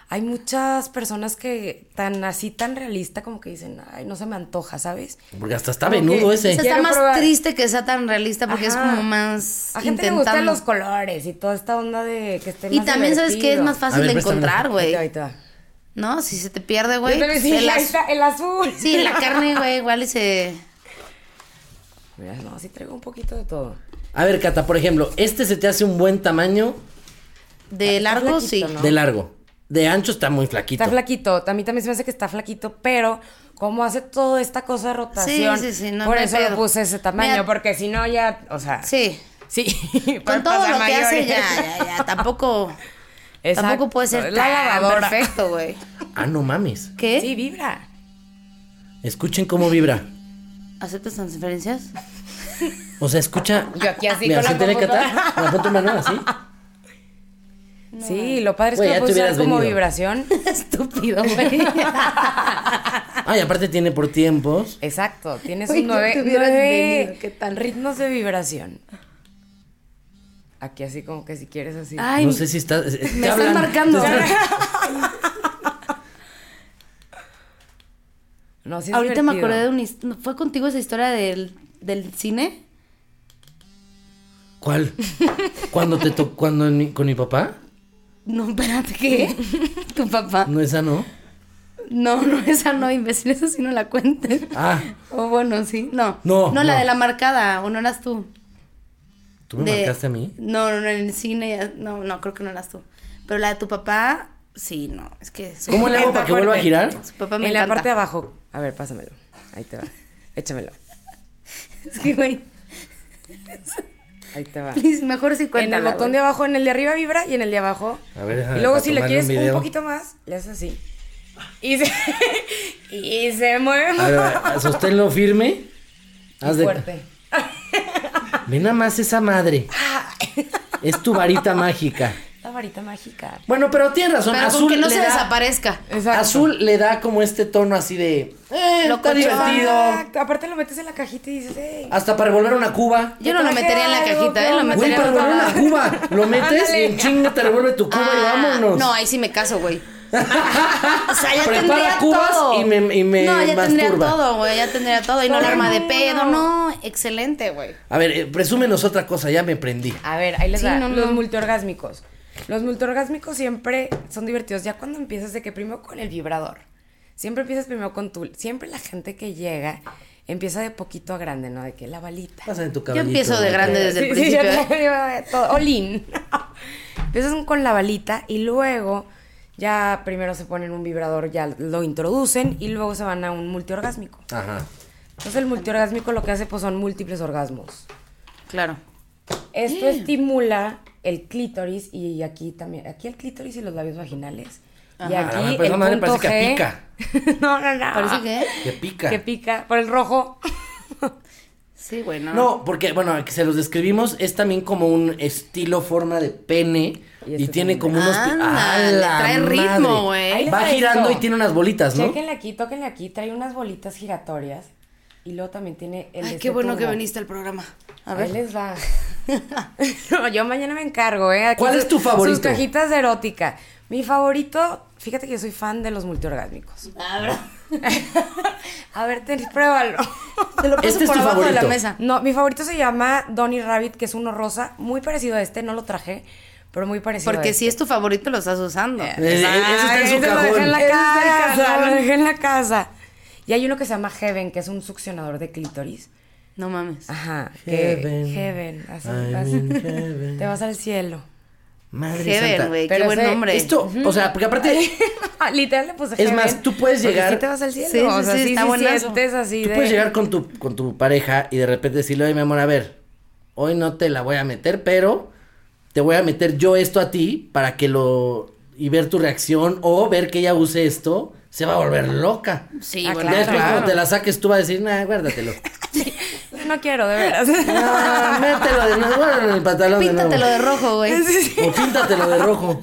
hay muchas personas que tan así, tan realista, como que dicen, ay, no se me antoja, ¿sabes? Porque hasta está Como que- venudo Ese ese. está Quiero más probar. triste que sea tan realista porque es Ajá. como más A gente le gustan intentando. los colores y toda esta onda de que esté y más también sabes que es divertido. más fácil A ver, de préstamela. encontrar, Ahí güey. te va, ahí te va. No, si se te pierde, Yo güey. te lo pues, dije, el ahí az- está, el azul. Sí, la carne, güey, igual y se. Mira, no, sí traigo un poquito de todo. A ver, Cata, por ejemplo, este se te hace un buen tamaño De largo, flaquito, sí. ¿no? de largo. De ancho está muy flaquito. Está flaquito, a mí también se me hace que está flaquito, pero como hace toda esta cosa de rotación, Sí, sí, sí, no, por no hay eso pedo. lo puse ese tamaño, Mira- porque si no ya, o sea, Sí. sí, Con para todo pasar lo que hace, mayores. ya, ya, ya. Tampoco, Exacto, tampoco puede ser la tan lavadora. perfecto, ¿eh? güey. Ah, no mames. ¿Qué? Sí, vibra. Escuchen cómo vibra. ¿Aceptas transferencias? O sea, escucha. Yo aquí así Mira, con la así tiene que computadora. estar. Me apunto una nueva, ¿sí? Sí, lo padre es Güey, que ya lo te puedes usar hubieras como venido. vibración. Estúpido, güey. Ah, y aparte tiene por tiempos. Exacto, tienes Güey, un ya nueve, te hubieras nueve venido, ¿qué tal? ritmos de vibración. Aquí así como que si quieres así. Ay, no sé si está. Me me están marcando. No, sí es Ahorita me divertido. acordé de un... his- ¿no ¿Fue contigo esa historia del, del cine? ¿Cuál? ¿Cuándo te tocó? ¿Cuándo en mi- con mi papá? No, espérate, ¿qué? ¿Tu papá? No, esa no. No, no, esa no, imbécil, esa sí no la cuentes. Ah, O bueno, sí, no. No, No, la no. de la marcada, o no eras tú. ¿tú me De- marcaste a mí? No, no, no, en el cine, no, no, creo que no eras tú. Pero la de tu papá, sí, no, es que... su- ¿Cómo le hago Está para que vuelva a fuerte. girar? Su papá En me la encanta. parte de abajo. A ver, pásamelo. Ahí te va. Échamelo. Es que, güey, Ahí te va. please, mejor si En cuéntala. el botón de abajo, en el de arriba vibra y en el de abajo. A ver, déjame y luego para si le tomarle un quieres un, video. poquito más, le haces así. Y se, y se mueve A ver, a ver, sosténlo firme. Haz de- fuerte. Ve nada más esa madre. Es tu varita mágica. Esta Ah. varita mágica. Bueno, pero tienes razón. Pero con azul que no le se da- desaparezca. Exacto. Azul le da como este tono así de. Eh, está Locochón. divertido. Exacto. Aparte lo metes en la cajita y dices, "Ey". Hasta para revolver una cuba. Yo no lo Traje metería en la algo, cajita, ¿eh? Lo ¿cómo? Güey, metería para en revolver la una cuba. Lo metes y Ándale. en chinga te revuelve tu cuba y vámonos. Ah, No, ahí sí me caso, güey. o sea, ya Prepara tendría cubas todo. y me- y me No, ya tendría masturba. todo, güey. Ya tendría todo. Y no la arma de No. pedo. No, excelente, güey. A ver, eh, presúmenos otra cosa, ya me prendí. A ver, ahí les Sí, va. no, Los no. multiorgásmicos. Los multiorgásmicos siempre son divertidos. Ya cuando empiezas de que primero con el vibrador. Siempre empiezas primero con tu... Siempre la gente que llega empieza de poquito a grande, ¿no? De que la balita. Pasa en tu Yo caballito. empiezo de grande desde el Sí, sí, principio. yo ¿eh? también iba a todo. Olin. Empiezan con la balita y luego ya primero se ponen un vibrador, ya lo introducen y luego se van a un multiorgásmico. Ajá. Entonces el multiorgásmico lo que hace pues son múltiples orgasmos. Claro. Esto estimula el clítoris y aquí también, aquí el clítoris y los labios vaginales. Y Ajá. Ah, aquí pero esa el madre punto parece que G. no, no, no. Parece que. Que pica. Que pica por el rojo. Sí, güey, no. No, porque, bueno, que se los describimos, es también como un estilo, forma de pene. Y Y, este tiene también. como unos. pi- ¡Ah, Ándale, la trae madre! ritmo, güey. Ahí les Va va girando esto. y tiene unas bolitas, ¿no? Chéquenle aquí, tóquenle aquí, trae unas bolitas giratorias y luego también tiene el Ay, este qué bueno turbo. que viniste al programa. A ver. Ahí les va. No, yo mañana me encargo, ¿eh? Aquí ¿Cuál es sus- tu favorito? Sus cajitas de erótica. Mi favorito, fíjate que yo soy fan de los multiorgásmicos. Ah, A ver, ten, pruébalo. Te lo Este es tu de la favorito. mesa. No, mi favorito se llama Donny Rabbit, que es uno rosa, muy parecido a este, no lo traje, pero muy parecido a Porque este. si es tu favorito, lo estás usando. Eh, eh, eso está en su Ese lo cajón. dejé en la Ese está en el casa, cajón. lo dejé en la casa. Y hay uno que se llama Heaven, que es un succionador de clítoris. No mames. Ah, Ajá. que- Heaven. Heaven. así- I'm así. in heaven. Te vas al cielo. Madre Heaven, santa. güey. Qué Pero buen ese- nombre. Esto, o sea, porque aparte Ah, Literal le puse Es más, tú puedes porque llegar- sí te vas al cielo. Sí, o sí, sea, sí, sí, está sí buenazo. sientes así tú de... puedes llegar con tu, con tu pareja y de repente decirle, oye, mi amor, a ver, hoy no te la voy a meter, pero te voy a meter yo esto a ti para que lo... y ver tu reacción o ver que ella use esto, se va a volver loca. Sí, Ah, bueno, Ya claro. después pues, cuando te la saques tú vas a decir, nah, guárdatelo. No quiero, de veras. No, mételo de nuevo, guárdalo en el pantalón de Píntatelo nuevo. de rojo, güey. Sí, sí. O píntatelo de rojo.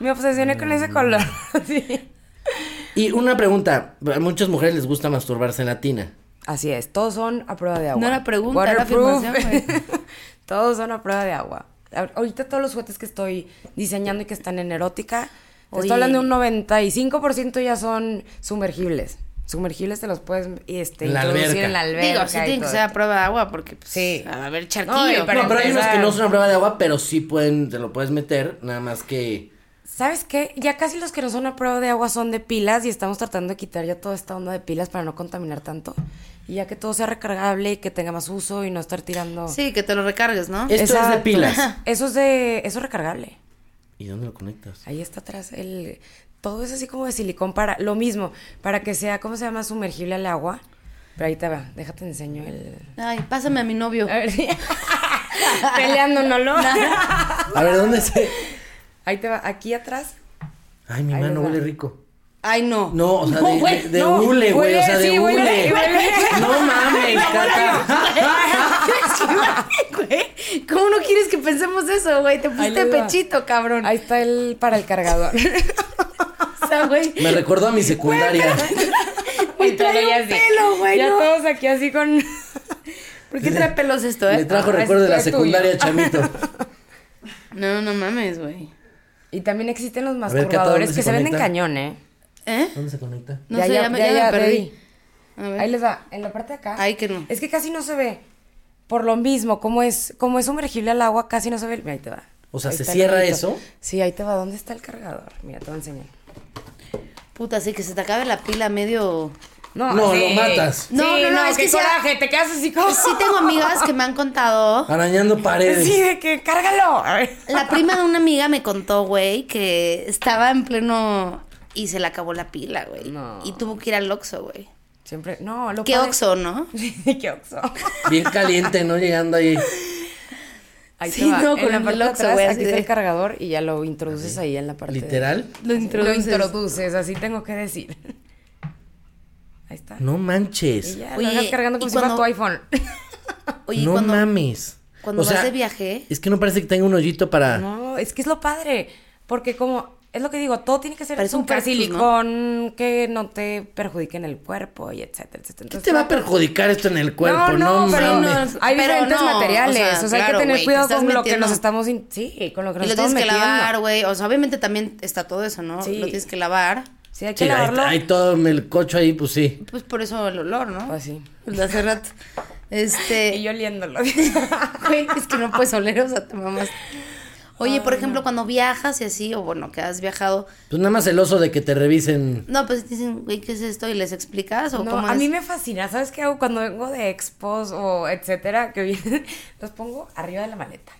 Me obsesioné con ese color. Sí. Y una pregunta, a muchas mujeres les gusta masturbarse en la tina. Así es, todos son a prueba de agua. No era pregunta, era Waterproof. afirmación, todos son a prueba de agua. A- Ahorita todos los juguetes que estoy diseñando y que están en erótica Te Oye. estoy hablando de un 95% ya son sumergibles. Sumergibles te los puedes este, En la introducir alberca. en la alberca. Digo, sí y tiene que todo. ser a prueba de agua porque pues, Sí. a ver No, y charquillo. para No, pero hay unos empezar. que no son a prueba de agua, pero sí pueden, te lo puedes meter, nada más que... ¿Sabes qué? Ya casi los que no son a prueba de agua son de pilas y estamos tratando de quitar ya toda esta onda de pilas para no contaminar tanto. Y ya que todo sea recargable y que tenga más uso y no estar tirando. Sí, que te lo recargues, ¿no? Esto es de Exacto. pilas. Eso es de. Eso es recargable. ¿Y dónde lo conectas? Ahí está atrás el. Todo es así como de silicón para. Lo mismo, para que sea, ¿cómo se llama? Sumergible al agua. Pero ahí te va, déjate enseño el. Ay, pásame a mi novio. A ver si- Peleándonoslo. A ver, ¿dónde se...? Ahí te va, aquí atrás. Ay, mi Ahí mano les va. huele rico. Ay, no. No, o sea, de, güey, de, de no. hule, güey, o sea, de sí, hule. huele, huele. No mames, Cata. Güey, ¿Cómo no quieres que pensemos eso, güey? Te Ahí pusiste les va. pechito, cabrón. Ahí está el para el cargador. O sea, güey. Me recordó a mi secundaria. Güey, trae Pero un sí. pelo, güey, Ya no. todos aquí así con. ¿Por qué trae pelos esto, eh? Le trajo Ah, recuerdo de la ese fue secundaria, tuyo. chamito. No, no mames, güey. Y también existen los ver, Cata, ¿dónde masturbadores se que se, venden conecta? cañón, ¿eh? ¿Eh? ¿Dónde se conecta? No De sé, allá- ya, me, de ya me allá, de perdí. ahí. A ver. Ahí les va, en la parte de acá. Ay, que no. Es que casi no se ve. Por lo mismo, como es, como es sumergible al agua, casi no se ve. Mira, ahí te va. O sea, Ahí ¿se está el cierra hilito. eso? Sí, ahí te va. ¿Dónde está el cargador? Mira, te voy a enseñar. Puta, sí, que se te acabe la pila medio... No, sí. lo matas. No, no, no, es que sí, coraje, te quedas así como... Sí tengo amigas que me han contado... Arañando paredes. Sí, de que cárgalo. La prima de una amiga me contó, güey, que estaba en pleno... Y se le acabó la pila, güey. No. Y tuvo que ir al Oxxo, güey. Siempre, no, lo Qué padre- Oxxo, ¿no? Sí, qué oxo. Bien caliente, ¿no? Llegando ahí. Ahí te Sí, va. no, En con la el parte de Oxxo, atrás, güey, así Aquí está de- el cargador y ya lo introduces ahí en la parte. de- Literal. Lo Lo introduces. introduces, así tengo que decir. Ahí está. No Y manches. ya, Oye, lo dejas cargando como ¿y si fuera cuando- tu iPhone. Oye, no cuando, mames. cuando O sea, vas de viaje... Es que no parece que tenga un hoyito para. No, es que es lo padre. Porque como, es lo que digo, todo tiene que ser Parece un súper cactus, silicón, que no te perjudique en el cuerpo y etcétera, etcétera. ¿Qué Entonces, te va a perjudicar esto en el cuerpo? No, No, no, pero mames. no, hay Pero diferentes no, materiales. o O sea, sea, hay claro, que tener güey, cuidado te estás con lo que metiendo- nos estamos... in- Sí, con lo Y que nos lo estamos tienes que metiendo. lavar, güey. O sea, obviamente también está todo eso, ¿no? Sí. Lo tienes que lavar. Sí, hay Sí, que hay, lavarlo. hay todo el cocho ahí, pues sí. Pues por eso el olor, ¿no? Pues sí. El de hace rato. Este. Y yo oliéndolo. Güey, es que no puedes oler, o sea, te mamas. Oye, por ejemplo, cuando viajas y así, o bueno, que has viajado. Pues nada más el oso de que te revisen. No, pues dicen, güey, ¿qué es esto? ¿Y les explicas? ¿O No, cómo a es? mí me fascina. ¿Sabes qué hago cuando vengo de expos o etcétera? Que vienen, los pongo arriba de la maleta.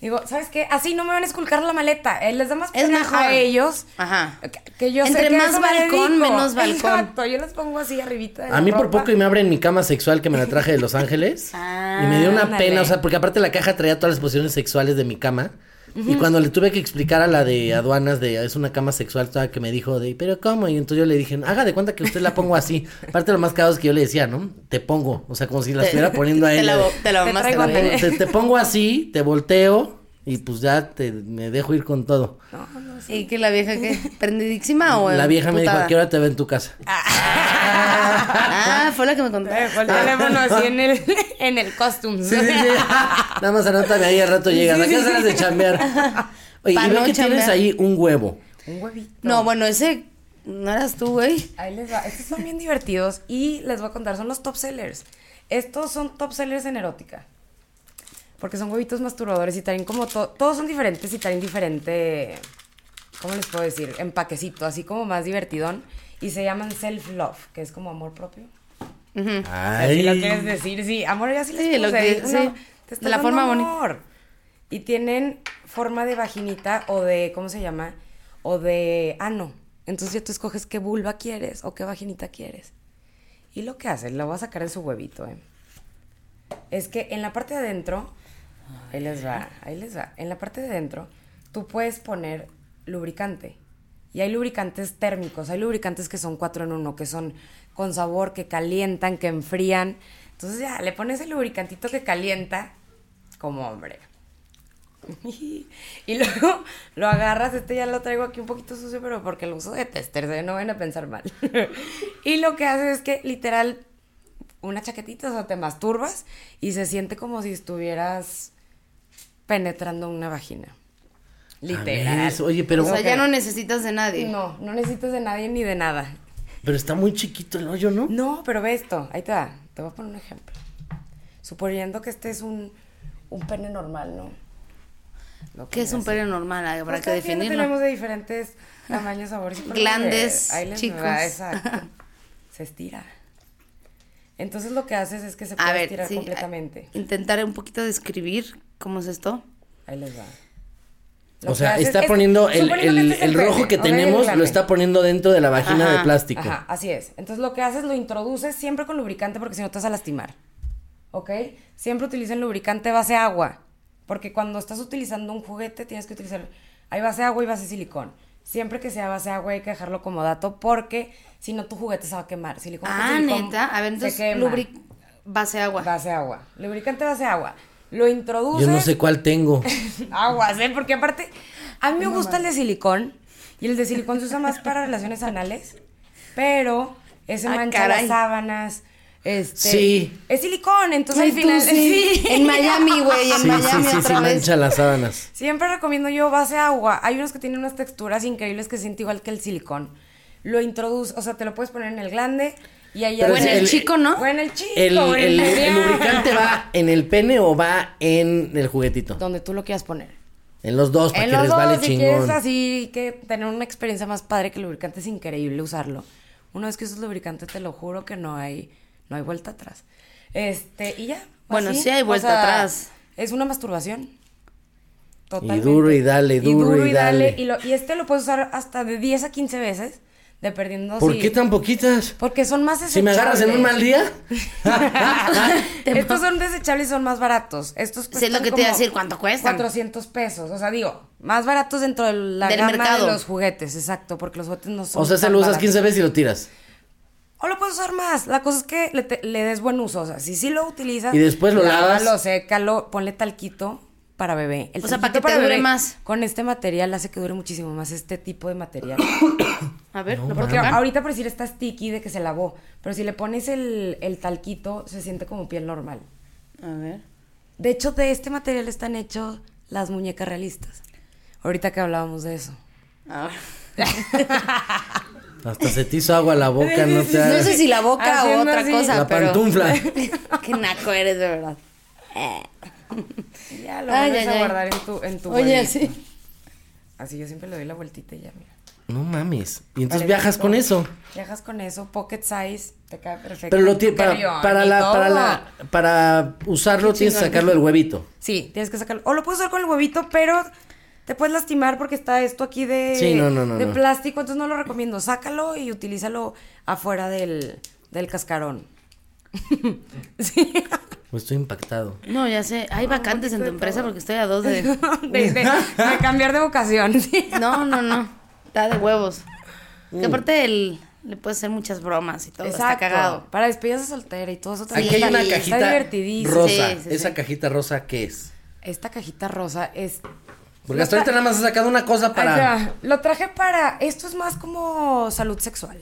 Digo, ¿sabes qué? Así no me van a esculcar la maleta. eh, les da más Es pena mejor. a ellos. Ajá. Que, que yo sé Entre que a más eso me balcón, dedico. menos balcón. Exacto, yo los pongo así arribita de la A mí por ropa. poco y me abren mi cama sexual que me la traje de Los Ángeles. Ah, y me dio una ándale. pena, o sea, porque aparte la caja traía todas las posiciones sexuales de mi cama. Y cuando le tuve que explicar a la de aduanas de es una cama sexual, toda que me dijo de, pero ¿cómo? Y entonces yo le dije, haga de cuenta que usted la pongo así. Aparte lo más cagado es que yo le decía, ¿no? Te pongo. O sea, como si la estuviera poniendo a Te ella. la, de, te la Te mamaste, traigo a güey. tener. te, te pongo así, te volteo y pues ya te me dejo ir con todo. No, no sé. ¿Y que la vieja que? ¿Prendidísima o la vieja me dijo, emputada? ¿a qué hora te ve en tu casa? Ah, fue la que me contó. Fue el teléfono así en el, en el costumes. Sí, sí, sí. Nada más anótame ahí al rato llegas. ¿A qué horas de chambear? Oye, Pa' y veo no que tienes chambear. ahí un huevo. Un huevito. No, bueno, ese no eras tú, güey. Ahí les va. Estos son bien divertidos y les voy a contar, son los top sellers. Estos son top sellers en erótica. Porque son huevitos masturbadores y traen como to- todos son diferentes y traen diferente, ¿cómo les puedo decir? Empaquecito, así como más divertidón. Y se llaman self-love, que es como amor propio. Si lo quieres Ay. decir, sí, amor, ya sí les Sí, lo puse, que- una- sí. te De estoy la dando forma bonita. amor. Y tienen forma de vaginita o de, ¿cómo se llama? O de ano. Entonces ya tú escoges qué vulva quieres o qué vaginita quieres. Y lo que hacen, lo voy a sacar de su huevito, ¿eh? Es que en la parte de adentro, ahí les va, ahí les va. En la parte de adentro, tú puedes poner lubricante. Y hay lubricantes térmicos, hay lubricantes que son cuatro en uno, que son con sabor, que calientan, que enfrían. Entonces ya, le pones el lubricantito que calienta como hombre. Y luego lo agarras, este ya lo traigo aquí un poquito sucio, pero porque lo uso de tester, ¿eh? no van a pensar mal. Y lo que haces es que literal una chaquetita, o sea, te masturbas y se siente como si estuvieras penetrando una vagina. A ver Literal. eso. Oye, pero, O sea, ya Ok. no necesitas de nadie. No, no necesitas de nadie ni de nada. pero está muy chiquito el hoyo, ¿no? No, pero ve esto, ahí te va. Te voy a poner un ejemplo. Suponiendo que este es un, un pene normal, ¿no? Lo ¿Qué es un así. pene normal? Habrá Pues que cada quien definirlo. Tenemos de diferentes tamaños, sabores y colores. Glandes, Ahí les chicos. va, exacto. Se estira. Entonces lo que haces es que se puede A ver, estirar sí, completamente. a- intentar un poquito describir cómo es esto. Ahí les va. o sea, haces está es- poniendo el, suponiendo que el- este es el pene, rojo que ahora el tenemos, lo glande. está poniendo dentro de la vagina Ajá, de plástico. Ajá, así es. Entonces lo que haces lo introduces siempre con lubricante porque si no te vas a lastimar. ¿Ok? Siempre utilicen lubricante base agua. Porque cuando estás utilizando un juguete tienes que utilizar... Hay base agua y base silicón. Siempre que sea base agua hay que dejarlo como dato porque si no tu juguete se va a quemar. Silicón con Ah, silicón neta. A ver, se entonces, quema. lubri- base agua. Base agua. Lubricante base agua. Lo introduces... Yo no sé cuál tengo. Aguas, ¿eh? Porque aparte, a mí me gusta el de silicón. Y el de silicón se usa más para relaciones anales. Pero ese Ah, mancha caray. las sábanas. Este, Sí. Es silicón, entonces Ay, al final. tú sí. En Miami, güey, en Sí, sí, Miami sí, sí, otra vez. mancha las sábanas. Siempre recomiendo yo base agua. Hay unos que tienen unas texturas increíbles que se siente igual que el silicón. Lo introduce, o sea, te lo puedes poner en el glande y ahí Pero O en el, el- chico, ¿no? O en el chico. El, o en el- el pene. lubricante va en el pene o va en el juguetito. Donde tú lo quieras poner. En los dos, para En que los les dos, vale si chingón. quieres así que tener una experiencia más padre que el lubricante es increíble usarlo. Una vez que usas lubricante, te lo juro que no hay, no hay vuelta atrás. Este, y ya. Bueno, sí hay vuelta atrás. Es una masturbación. duro y dale, duro y dale. Y, lo- y este lo puedes usar hasta de 10 a 15 veces, dependiendo ¿Por si- qué tan poquitas? Porque son más Si me agarras en un mal día. Estos son desechables y son más baratos. Estos Sí, es lo que te iba a decir, ¿cuánto cuestan? 400 pesos. O sea, digo, más baratos dentro de la Del gama mercado. de los juguetes, exacto, porque los juguetes no son. o sea, se tan lo usas baratos. 15 veces y lo tiras. O lo puedes usar más. La cosa es que le, te- le des buen uso. O sea, si sí lo utilizas. Y después lo lavas. Lo sécalo, ponle talquito para bebé. El O sea, talquito para que te dure bebé más. Con este material hace que dure muchísimo más este tipo de material. A ver, No, ¿lo puedo Porque tocar? ahorita por decir está sticky de que se lavó. Pero si le pones el, el talquito, se siente como piel normal. A ver. De hecho, de este material están hechos las muñecas realistas. Ahorita que hablábamos de eso. A ver. Hasta se te hizo agua la boca, no te No hagas. sé si la boca o Haciendo otra así. cosa, La pero... pantufla. Qué naco eres, de verdad. Ya lo Ay, vuelves ay, a ay. guardar en tu, en tu Oye, bolita. sí. Así yo siempre le doy la vueltita y ya, mira. No mames. Y entonces Parecito. viajas con eso. Viajas con eso, pocket size, te cae perfecto. Pero lo ti- Carry-on para, para y la, todo. para la, para usarlo tienes que sacarlo del huevito. Sí, tienes que sacarlo. O lo puedes usar con el huevito, pero te puedes lastimar porque está esto aquí de, Sí, no, no, no, de no. plástico, entonces no lo recomiendo. Sácalo y utilízalo afuera del, del cascarón. sí. Pues estoy impactado. No, ya sé. Hay vacantes en tu empresa porque estoy a dos de... De, de- de cambiar de vocación. sí. No, no, no. Está de huevos. Uh. Que aparte el- le puedes hacer muchas bromas y todo. Está Exacto. cagado. Para despedidas de soltera y todo eso Aquí hay está- una está cajita divertidísimo. rosa. Sí, sí, ¿Esa sí. cajita rosa qué es? Esta cajita rosa es. Porque hasta ahorita nada más has sacado una cosa Ahí para... te va. Lo traje para. Esto es más como salud sexual.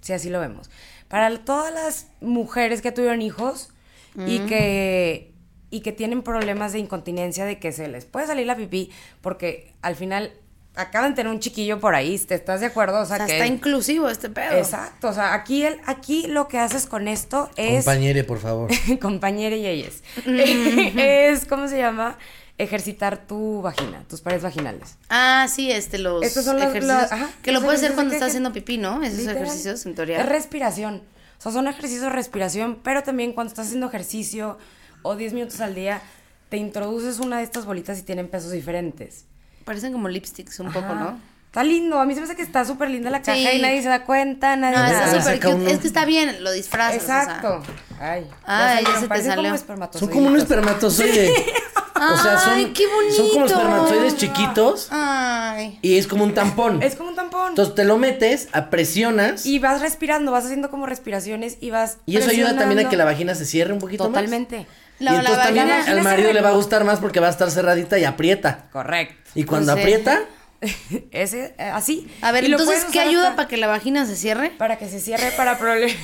Si así lo vemos. Para todas las mujeres que tuvieron hijos y Mm. que. Y que tienen problemas de incontinencia de que se les puede salir la pipí. Porque al final acaban de tener un chiquillo por ahí. ¿Te estás de acuerdo? O O sea, sea, que. está inclusivo este pedo. Exacto. O sea, aquí el, aquí lo que haces con esto es. Compañere, por favor. compañera y ellas. es, ¿cómo se llama? Ejercitar tu vagina, tus paredes vaginales. Ah, sí, este, los Estos son los- ejercicios. los- ajá, que lo los puedes hacer ejercicios cuando que- estás que- haciendo pipí, ¿no? Esos Literal. ejercicios, en teoría. Es respiración. O sea, son ejercicios de respiración, pero también cuando estás haciendo ejercicio o 10 minutos al día, te introduces una de estas bolitas y tienen pesos diferentes. Parecen como lipsticks un poco, Ajá. ¿no? Está lindo. A mí se me hace que está súper linda la caja Sí. y nadie se da cuenta, nadie No, nada. Ah, está súper Saca uno. cute. Es que está bien, lo disfrazas. o sea. Exacto. Ay, Ay, ya salieron, se te parecen salió. como Son Son como un espermatozoiditos. espermatozoide. O sea, son, Ay, qué son como bonito. espermatozoides chiquitos Ay. y es como un tampón. Es como un tampón. Entonces te lo metes, a presionas y, Y vas respirando, vas haciendo como respiraciones y vas. eso ayuda también a que la presionando. vagina se cierre un poquito más. Totalmente. Y La- la entonces también vagina- al la marido vagina- le va a gustar más porque va a estar cerradita y aprieta. Correcto. Y cuando Pues, eh. aprieta, Ese, eh, así. A ver, Y lo entonces, puedes ¿qué usar ayuda hasta- para que la vagina se cierre? para que se cierre para problemas?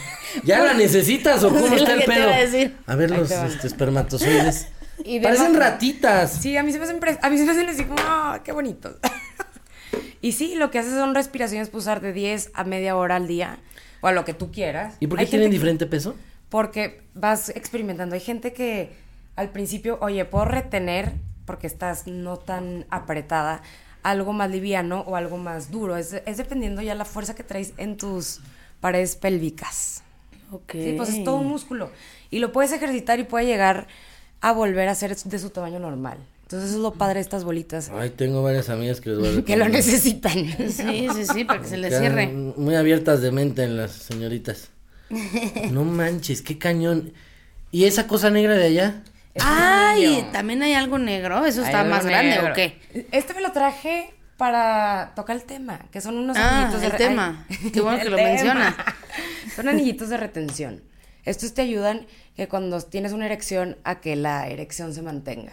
ya la necesitas o cómo Es está el lo que te pedo. iba a decir. A ver Ahí los te va. este, espermatozoides. Y de Parecen más- ratitas. Sí, a mí se me hacen, pre- a mí se me hacen así como, "Ah, qué bonitos. y sí, lo que haces son respiraciones, pues usar de 10 a media hora al día, o a lo que tú quieras. ¿Y por qué Hay tienen gente que- diferente peso? Porque vas experimentando. Hay gente que al principio, oye, puedo retener porque estás no tan apretada, algo más liviano o algo más duro. Es, es dependiendo ya la fuerza que traes en tus paredes pélvicas. Ok. Sí, pues es todo un músculo. Y lo puedes ejercitar y puede llegar a volver a ser de su tamaño normal. Entonces eso es lo padre de estas bolitas Ay, tengo varias amigas que les voy a que lo recomendar. necesitan. Sí, sí, sí, para que se le Quedan cierre. Muy abiertas de mente en las señoritas. No manches, qué cañón. ¿Y esa cosa negra de allá? Es Ay, niño. también hay algo negro. ¿Eso está Hay algo más grande negro. o qué? Este me lo traje para tocar el tema, que son unos Ah, anillitos de el re- tema. Ay. Qué bueno que El lo tema. mencionas. Son anillitos de retención. Estos te ayudan que cuando tienes una erección a que la erección se mantenga.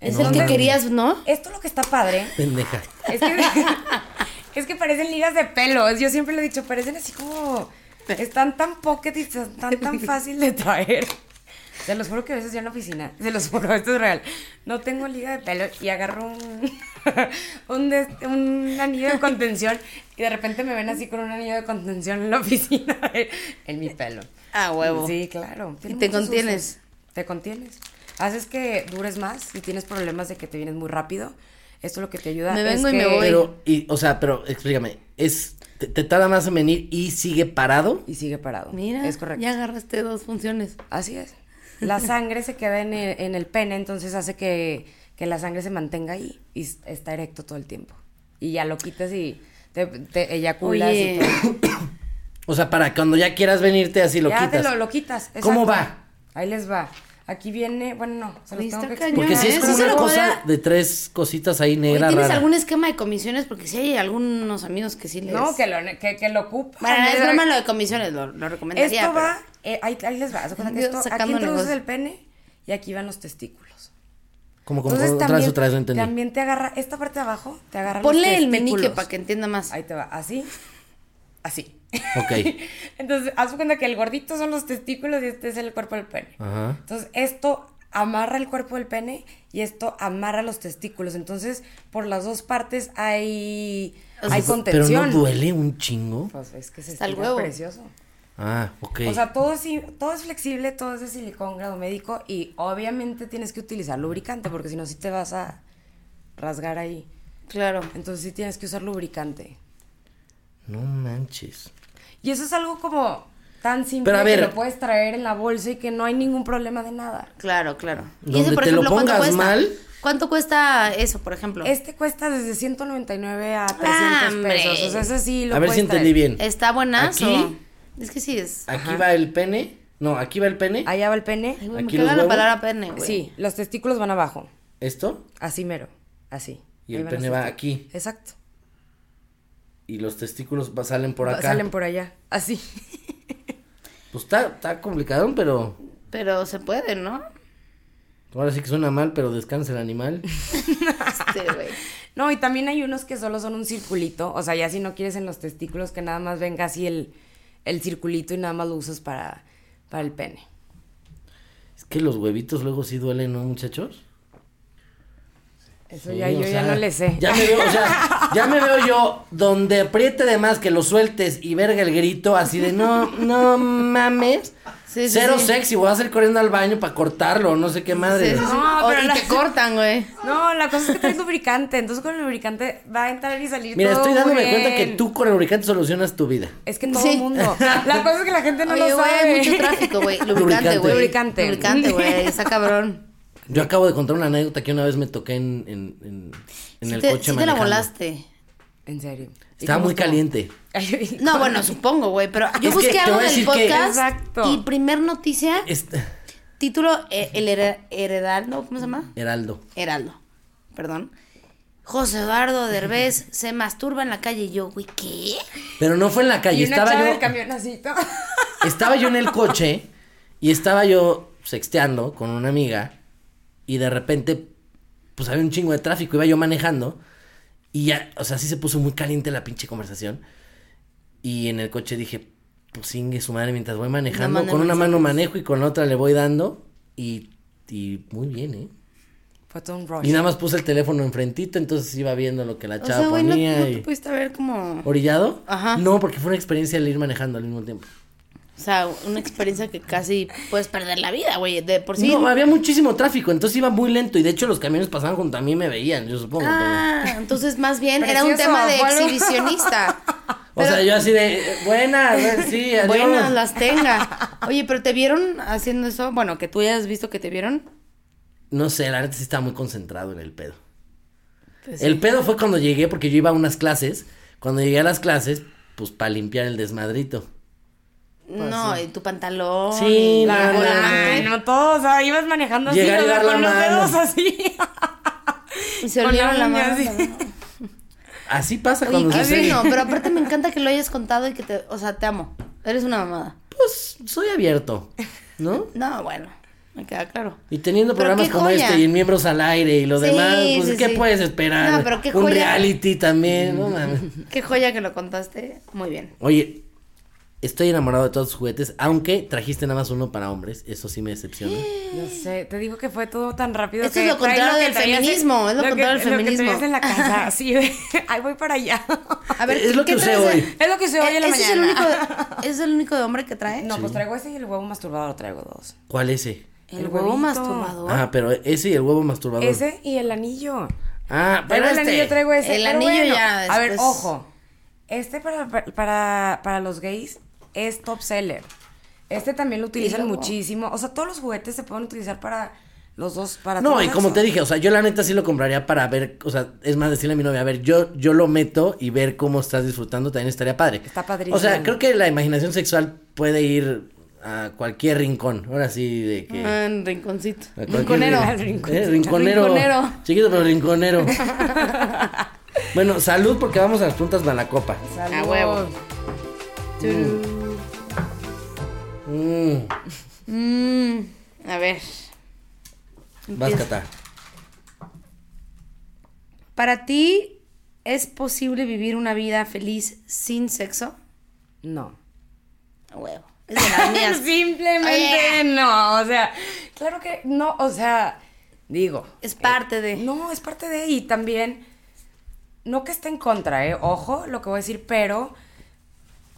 Es No el que mames. querías, ¿no? Esto lo que está padre Pendeja. es que, es que parecen ligas de pelos. Yo siempre lo he dicho, parecen así como. Están tan pocket y son tan, tan fácil de traer. Se los juro que a veces yo en la oficina, se los juro, esto es real. No tengo liga de pelo y agarro un, un, de- un anillo de contención y de repente me ven así con un anillo de contención en la oficina, en mi pelo. Ah, huevo. Sí, claro. Tiene Y te muchos contienes. usos. Te contienes. Haces que dures más si tienes problemas de que te vienes muy rápido. Esto lo que te ayuda Me es vengo y me que- voy. Pero, y, o sea, pero explícame, es, te, te tarda más en venir y sigue parado. Y sigue parado. Mira, Es correcto. ya agarraste dos funciones. Así es. La sangre se queda en el, en el pene, entonces hace que, que la sangre se mantenga ahí y s- está erecto todo el tiempo. Y ya lo quitas y te, te eyaculas. Oye, y todo. O sea, para cuando ya quieras venirte así lo ya quitas. te lo, lo quitas. ¿Cómo exacto. va? Ahí les va. Aquí viene, bueno, no, se los Oye, tengo está que cañón, Porque si ¿eh? explicar. es como Sí se una lo cosa podría- de tres cositas ahí Oye, negra ¿tienes rara. algún esquema de comisiones? Porque sí hay algunos amigos que sí les... No, que lo, que, que lo ocupa. Bueno, es broma lo de comisiones, lo, lo recomendaría. Esto pero- va, eh, ahí, ahí les va. haz de cuenta que Dios, esto- aquí sacando introduces negocio. el pene y aquí van los testículos. Como, como, Entonces otra vez, también, otra vez, no entendí. también te agarra, esta parte de abajo te agarra los Ponle el testículos. menique para que entienda más. Ahí te va, así, así. Ok. Entonces, haz de cuenta que el gordito son los testículos y este es el cuerpo del pene. Ajá. Entonces, esto amarra el cuerpo del pene y esto amarra los testículos. Entonces, por las dos partes hay, O sea, hay sí, contención. Pero no duele un chingo. Pues es que se Hasta el estira huevo. precioso. Ah, ok. O sea, todo es, todo es flexible, todo es de silicón grado médico y obviamente tienes que utilizar lubricante porque si no, sí te vas a rasgar ahí. Claro. Entonces, sí tienes que usar lubricante. No manches. Y eso es algo como tan simple Pero a ver. que lo puedes traer en la bolsa y que no hay ningún problema de nada. Claro, claro. Donde te lo ¿cuánto pongas cuesta? mal. ¿Cuánto cuesta eso, por ejemplo? Este cuesta desde 199 a 300 ¡Hombre! pesos. O sea, ese sí lo A ver si puedes entendí traer. bien. ¿Está buenazo? Aquí. Es que sí es. Aquí va el pene. No, aquí va el pene. Allá va el pene. Ay, güey, me Aquí los caga la huevos. palabra pene, güey. Sí, los testículos van abajo. Esto. Así mero. Así. Y Ahí el van los pene va testículos. aquí. Exacto. Y los testículos va- salen por Va- acá. Salen por allá. Así. Pues está, está complicado, pero. Pero se puede, ¿no? Ahora sí que suena mal, pero descansa el animal. Este, güey. No, y también hay unos que solo son un circulito. O sea, ya si no quieres en los testículos que nada más venga así el, el circulito y nada más lo usas para, para el pene. Es que los huevitos luego sí duelen, ¿no, muchachos? Eso ya Sí, yo o ya sea, no le sé. Ya me veo, o sea, ya me veo yo donde apriete de más que lo sueltes y verga el grito así de no, no mames. Sí, sí, Cero sí. sexy, voy a hacer corriendo al baño para cortarlo, no sé qué madre. Sí, sí, sí. No, O- pero y la- te cortan, güey. No, la cosa es que traes lubricante, entonces con el lubricante va a entrar y salir Mira, todo estoy dándome muy cuenta que bien. tú con el lubricante solucionas tu vida. Es que todo el Sí. mundo. La cosa es que la gente no Oye, lo güey, sabe. hay mucho tráfico, güey. Lubricante, Lubricante. güey. Lubricante. Lubricante, güey. Está cabrón. Yo acabo de contar una anécdota que una vez me toqué en, en, en, en Sí el te, coche sí te la manejando. volaste. En serio. ¿Y Estaba cómo muy estuvo? caliente. Ay, No, bueno, supongo, güey. Pero Es yo que busqué te algo voy a del decir que- podcast. Exacto. Y primer noticia, Es- título, eh, el Hera- Heredaldo, ¿cómo se llama? Heraldo. Heraldo, perdón. José Eduardo Derbez se masturba en la calle. Y yo, güey, ¿qué? Pero no fue en la calle, Y una estaba chava yo. del camioncito. Estaba yo en el coche y estaba yo sexteando con una amiga y de repente pues había un chingo de tráfico, iba yo manejando y ya, o sea, sí se puso muy caliente la pinche conversación y en el coche dije, pues singue su madre mientras voy manejando, No manden con una mano mensajes. manejo y con la otra le voy dando y y muy bien, ¿eh? Fue todo un rush. Y nada más puse el teléfono enfrentito, entonces iba viendo lo que la Pues O chava sea, güey, no, ponía. no y- te pudiste ver como. O ¿Orillado? Ajá. No, porque fue una experiencia el ir manejando al mismo tiempo. sea, una experiencia que casi puedes perder la vida, güey. De por sí. No, había muchísimo tráfico, entonces iba muy lento y de hecho los camiones pasaban junto a mí y me veían, yo supongo. Ah, entonces más bien era un Precioso, tema de fue algo- exhibicionista. pero- O sea, yo así de, buenas, sí, adiós. Buenas las tenga. Oye, pero te vieron haciendo eso. Bueno, que tú ya has visto que te vieron. No sé, la neta sí estaba muy concentrado en el pedo. Pues el pedo fue cuando llegué, porque yo iba a unas clases. Cuando llegué a las clases, pues para limpiar el desmadrito. Pues no, y tu pantalón. Sí, y la- el la- Ay, volante. no todos, o sea, ibas manejando así, Llegar y o sea, dar la con los mano. dedos así. Y se Con la olvidaron la uña, mano. sí. también. Así pasa Oye, cuando qué sucede. fino, pero aparte me encanta que lo hayas contado y que te, o sea, te amo. Eres una mamada. Pues soy abierto, ¿no? No, bueno, me queda claro. Y teniendo Pero programas qué como joya. este y en miembros al aire y lo Sí, demás, pues sí, ¿qué sí. puedes esperar? No, pero qué Un joya. reality también, no mames. Qué joya que lo contaste. Muy bien. Oye, estoy enamorado de todos tus juguetes, aunque trajiste nada más uno para hombres, eso sí me decepciona. No sé, te digo que fue todo tan rápido. Esto que es lo trae contrario del traías en- feminismo, es lo que- contrario del feminismo. Lo que traías en la casa, sí, ve. Ahí voy para allá. A ver, Es lo ¿qué que usé traes de- E-, hoy. Es lo que se oye en la ¿Ese mañana. Es el, único, es el único de hombre que trae. No, pues traigo ese y el huevo masturbador, traigo dos. ¿Cuál ese? El, el huevo huevito. masturbador. Ah, pero ese y el huevo masturbador. Ese y el anillo. Ah, pero Traigo el anillo, este. traigo ese. El pero anillo bueno. ya A ver, después- ojo. Este para, para, para los gays es top seller. Este también lo utilizan luego- muchísimo. O sea, todos los juguetes se pueden utilizar para los dos. Para No, todo y como eso. te dije, o sea, yo la neta sí lo compraría para ver, o sea, es más decirle a mi novia, a ver, yo, yo lo meto y ver cómo estás disfrutando también estaría padre. Está padrísimo. O sea, creo que la imaginación sexual puede ir a cualquier rincón, ahora sí de que... Ah, en rinconcito. a cualquier- Rinconero. Eh, Rinconero. rinconero. Rinconero. Chiquito, pero rinconero. bueno, salud porque vamos a las puntas de la copa. Salud. A huevo. Mm, Mm, a ver. vas, Cata. ¿Para ti es posible vivir una vida feliz sin sexo? No. A Huevo. Es de las mías. Simplemente no, o sea, claro que no, o sea, digo, Es parte de. no, es parte de y también, no que esté en contra, ¿eh? ojo lo que voy a decir, pero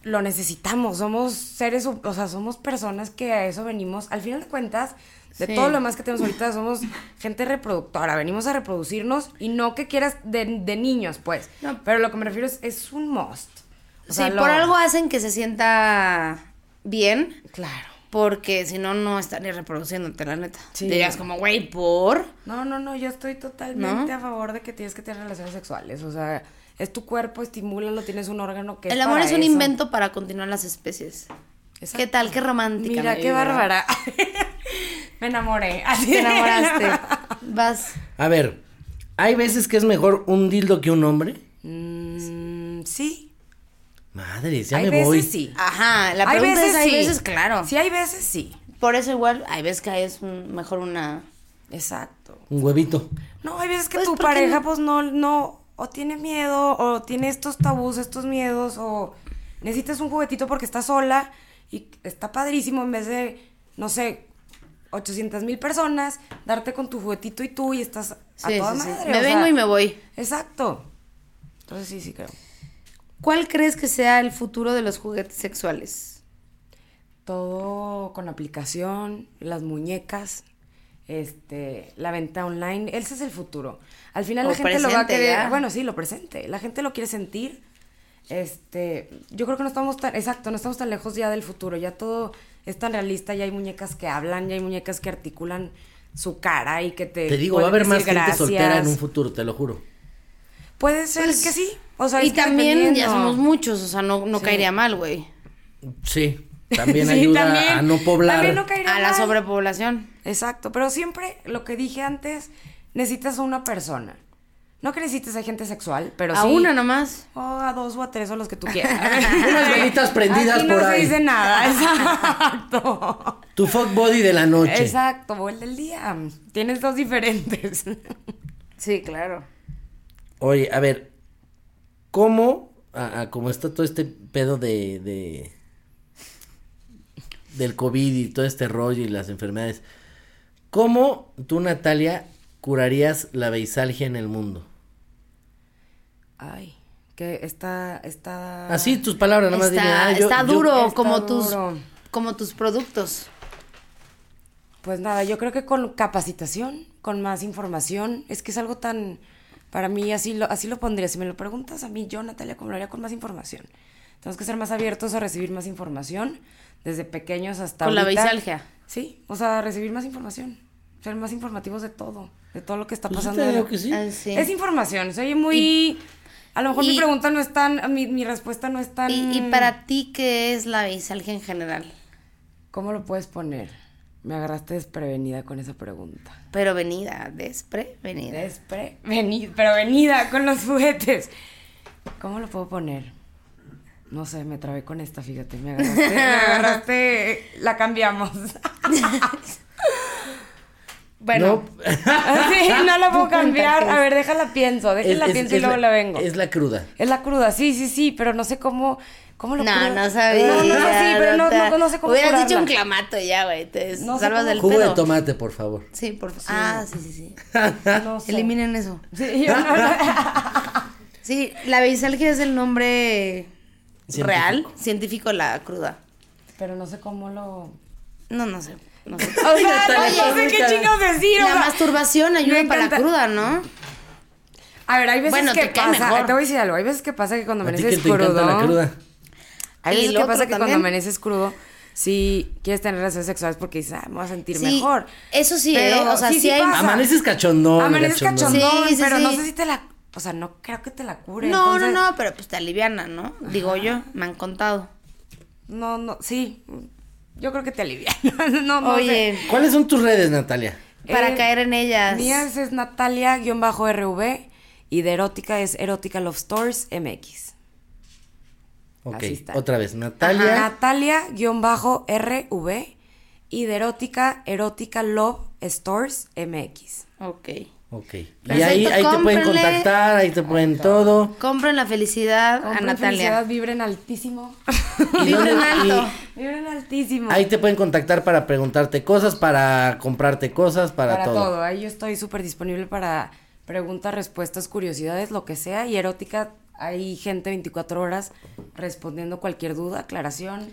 lo necesitamos, somos seres, hu- o sea, somos personas que a eso venimos, al final de cuentas, de Sí. todo lo más que tenemos ahorita, somos gente reproductora, venimos a reproducirnos y no que quieras de, de niños, pues, No. pero lo que me refiero es, es un must. O sea, sí, lo- por algo hacen que se sienta bien, Claro. porque si no, no estaría reproduciéndote, la neta. Sí. Dirías como, güey, por. No, no, no, yo estoy totalmente a favor de que tienes que tener relaciones sexuales. O sea, es tu cuerpo, estimúlalo, tienes un órgano que. El es amor para es un eso. invento para continuar las especies. Exacto. ¿Qué tal? Qué romántica. Mira, mi qué vida. bárbara. Me enamoré. Así Te enamoraste. Vas. A ver, ¿hay veces que es mejor un dildo que un hombre? Mm, sí. Madre, ya hay me veces voy. sí. Ajá, la hay pregunta veces es, hay sí. veces, claro. Sí, hay veces sí. Por eso igual, hay veces que es un- mejor una... Exacto. Un huevito. No, hay veces que Pues, tu ¿por qué pareja, no? pues no, no, o tiene miedo, o tiene estos tabús, estos miedos, o necesitas un juguetito porque estás sola y está padrísimo en vez de, no sé, 800 mil personas, darte con tu juguetito y tú y estás a Sí, toda sí, sí. madre. Me o vengo sea, y me voy. Exacto. Entonces sí, sí creo. ¿Cuál crees que sea el futuro de los juguetes sexuales? Todo con aplicación, las muñecas, este, la venta online, ese es el futuro. Al final O la gente lo va a presente, querer, ya. bueno, sí, lo presente, la gente lo quiere sentir. Este, yo creo que no estamos tan, exacto, no estamos tan lejos ya del futuro, ya todo es tan realista, ya hay muñecas que hablan, ya hay muñecas que articulan su cara y Eh, que te Te digo, va a pueden haber más decir gente soltera en gracias. un futuro, te lo juro. Puede ser Pues, que sí, o sea, y es que también ya dependiendo. somos muchos, o sea, no, no caería mal, güey. Sí, también Sí, ayuda también. a no poblar. También no caería A la mal. sobrepoblación. Exacto, pero siempre lo que dije antes, necesitas a una persona. No que necesites a gente sexual, pero a sí. una nomás. O a dos o a tres o los que tú quieras. Unas velitas prendidas Aquí no por ahí. se dice nada, exacto. Tu fuck body de la noche. Exacto, o el del día. Tienes dos diferentes. Sí, claro. Oye, a ver, ¿cómo, a- a cómo está todo este pedo de, de- del COVID y todo este rollo y las enfermedades? ¿Cómo tú, Natalia, curarías la beisalgia en el mundo? Ay, que está, está... Así tus palabras, nada más dime, Está, ah, yo- está yo- duro Ah, está como duro. tus como tus productos. Pues nada, yo creo que con capacitación, con más información, es que es algo tan, para mí así lo, así lo pondría, si me lo preguntas a mí, yo Natalia, como lo haría con más información. Tenemos que ser más abiertos a recibir más información, desde pequeños hasta Con la ahorita. beisalgia. Sí, o sea, recibir más información, ser más informativos de todo, de todo lo que está Pues sí, pasando. te de digo lo- que sí. Ah, sí. Es información, soy muy... a lo mejor y- mi pregunta no es tan, mi, mi respuesta no es tan... Y, y para ti, ¿qué es la beisalgia en general? ¿Cómo lo puedes poner? Me agarraste desprevenida con esa pregunta. Pero venida, desprevenida. Despre- veni- pero venida con los juguetes. ¿Cómo lo puedo poner? No sé, me trabé con esta, fíjate, me agarraste, me agarraste, la cambiamos. No, bueno, Ah, sí, no la puedo Tú cuenta, cambiar. pues. A ver, déjala pienso, déjala pienso y luego la, vengo. Es la cruda. Es la cruda, sí, sí, sí, pero no sé cómo, cómo lo No, curo. no sabía. No, no, no, sí, pero no, no, Dota. no sé cómo Hubieras dicho curarla. un clamato ya, güey. Te No sé salvas cómo- del Jugo pedo. de tomate, por favor. Sí, por favor. Ah, sí, sí, sí. Ah, No sé. Eliminen eso. Sí, yo no- Sí, la beisalgia es el nombre Científico. real, científico, la cruda. pero no sé cómo lo... No, no sé. No sé. O sea, Natalia, no sé estás qué muy chingados decir. o La sea, masturbación ayuda me para la encanta. cruda, ¿no? A ver, hay veces Bueno, que te cae pasa. mejor. Te voy a decir algo. Hay veces que pasa que cuando A ti que amaneces te encanta la crudo. cruda. Hay Y veces lo que pasa otro que cuando también. amaneces crudo, si quieres tener relaciones sexuales porque dices, ah, me voy a sentir Sí, mejor. eso sí, ¿eh? O sea, sí hay- pasa. Amaneces cachondón. Amaneces Oh, cachondón. cachondón, Sí, sí, pero no sí. sé si te la. O sea, no creo que te la cure. No, entonces- no, no, pero pues te aliviana, ¿no? Digo yo, me han contado. No, no, sí. Yo creo que te alivia. No, no Oye, sé. ¿Cuáles son tus redes, Natalia? para Eh, caer en ellas. Mías es Natalia-RV y de erótica es Erótica Love Stores MX. Ok, Así está. otra vez. Natalia. Natalia-RV y de erótica, erótica Love Stores MX. Ok. Ok. Y Perfecto, ahí, ahí te pueden cómprenle. contactar, ahí te ponen todo. Compren la felicidad Ah, a Natalia. Vibren altísimo. Y Vibren dónde- alto. vibren altísimo. Ahí te pueden contactar para preguntarte cosas, para comprarte cosas, para, para todo. todo. Ahí yo estoy súper disponible para preguntas, respuestas, curiosidades, lo que sea. Y erótica, hay gente 24 horas respondiendo cualquier duda, aclaración.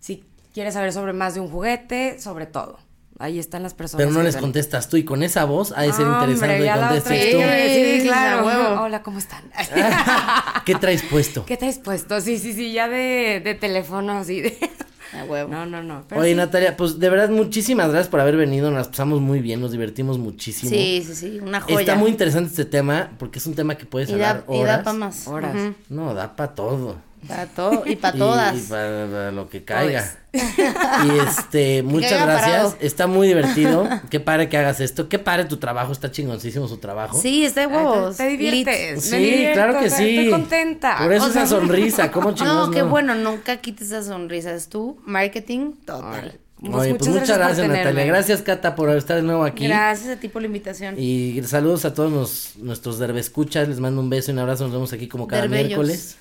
Si quieres saber sobre más de un juguete, sobre todo. Ahí están las personas. Pero no que les están- contestas tú y con esa voz ha de ser Hombre, interesante que ya la otra contestes vez tú. ya me- Sí, Sí, a claro. huevo. Hola, ¿cómo están? ¿Qué traes puesto? ¿Qué traes puesto? Sí, sí, sí, ya de, de teléfono, así de... A huevo. No, no, no. pero Oye, sí. Natalia, pues de verdad, muchísimas gracias por haber venido. Nos pasamos muy bien, nos divertimos muchísimo. Sí, sí, sí, una joya. Está muy interesante este tema porque es un tema que puedes y da, hablar horas. para más. Horas. Ujú. No, da para todo. Para todo y para Y- todas. Y, para, para lo que caiga. y este, muchas caiga gracias. parado. Está muy divertido. Qué padre que hagas esto. Qué padre tu trabajo. Está chingoncísimo su trabajo. Sí, está de Ay, te- huevos. Te diviertes. Lit. me Sí, divierto, claro que o sea, sí. Estoy contenta. Por eso O sea, esa sonrisa. ¿Cómo chingados No, qué bueno, nunca quites esas sonrisas. Tú, marketing total. Pues Oye, pues muchas por gracias, Natalia. tenerme. Gracias, Cata, por estar de nuevo aquí. Gracias a ti por la invitación. Y saludos a todos nos- nuestros derbescuchas. Les mando un beso y un abrazo. Nos vemos aquí como cada Derbellos. miércoles.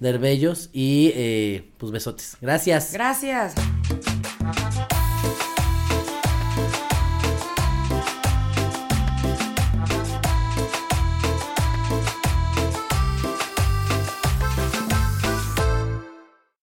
Derbellos. Y eh, pues besotes. Gracias. Gracias.